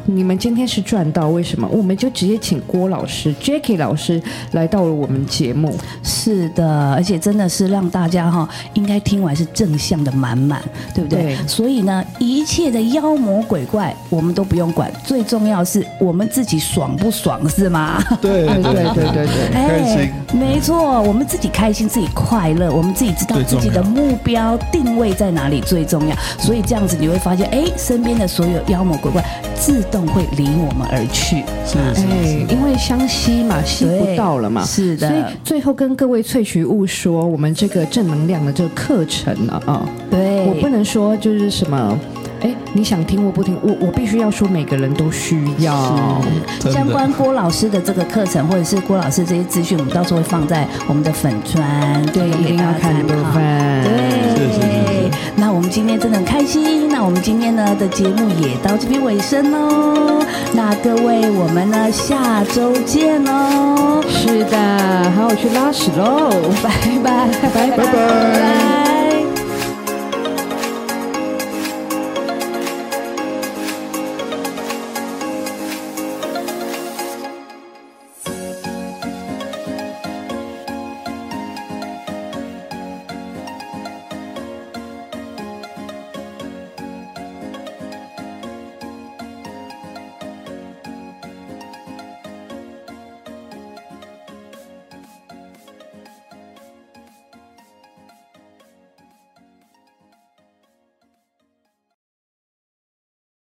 E: 你们今天是赚到，为什么？我们就直接请郭老师、Jackie 老师来到了我们节目。
B: 是的，而且真的是让大家哈，应该听完是正向的满满，对不对？
E: 对
B: 所以呢，一切的妖魔鬼怪我们都不用管，最重要是我们自己爽不爽，是吗？哎
F: 对
E: 哎对
F: 对
E: 对对对，
F: 开心
B: 没错，我们自己开心，自己快乐，我们自己知道
F: 最
B: 自
F: 重
B: 己
F: 要
B: 的目标定位在哪里最重要。所以这样子你会发现，哎，身边的所有妖魔鬼怪自动会离我们而去。
F: 是是
E: 哎
F: 是，，
E: 因为相吸嘛，吸不到了嘛，
B: 是的
E: 所以最后跟各位萃取物说，我们这个正能量的这个课程呢，啊，
B: 对，
E: 我不能说就是什么，哎，你想听或不听，我我必须要说每个人都需要。
F: 真的
B: 相关郭老师的这个课程，或者是郭老师这些资讯，我们到时候会放在我们的粉砖，
E: 对，一定要看部
B: 部分。
E: 分。
F: 是
B: 对
F: 是是，
B: 那我们今天真的很开心。那我们今天呢的节目也到这边尾声喽。那各位，我们呢下周见喽，
E: 是的，好，我去拉屎喽。
B: 拜拜，拜拜，拜拜。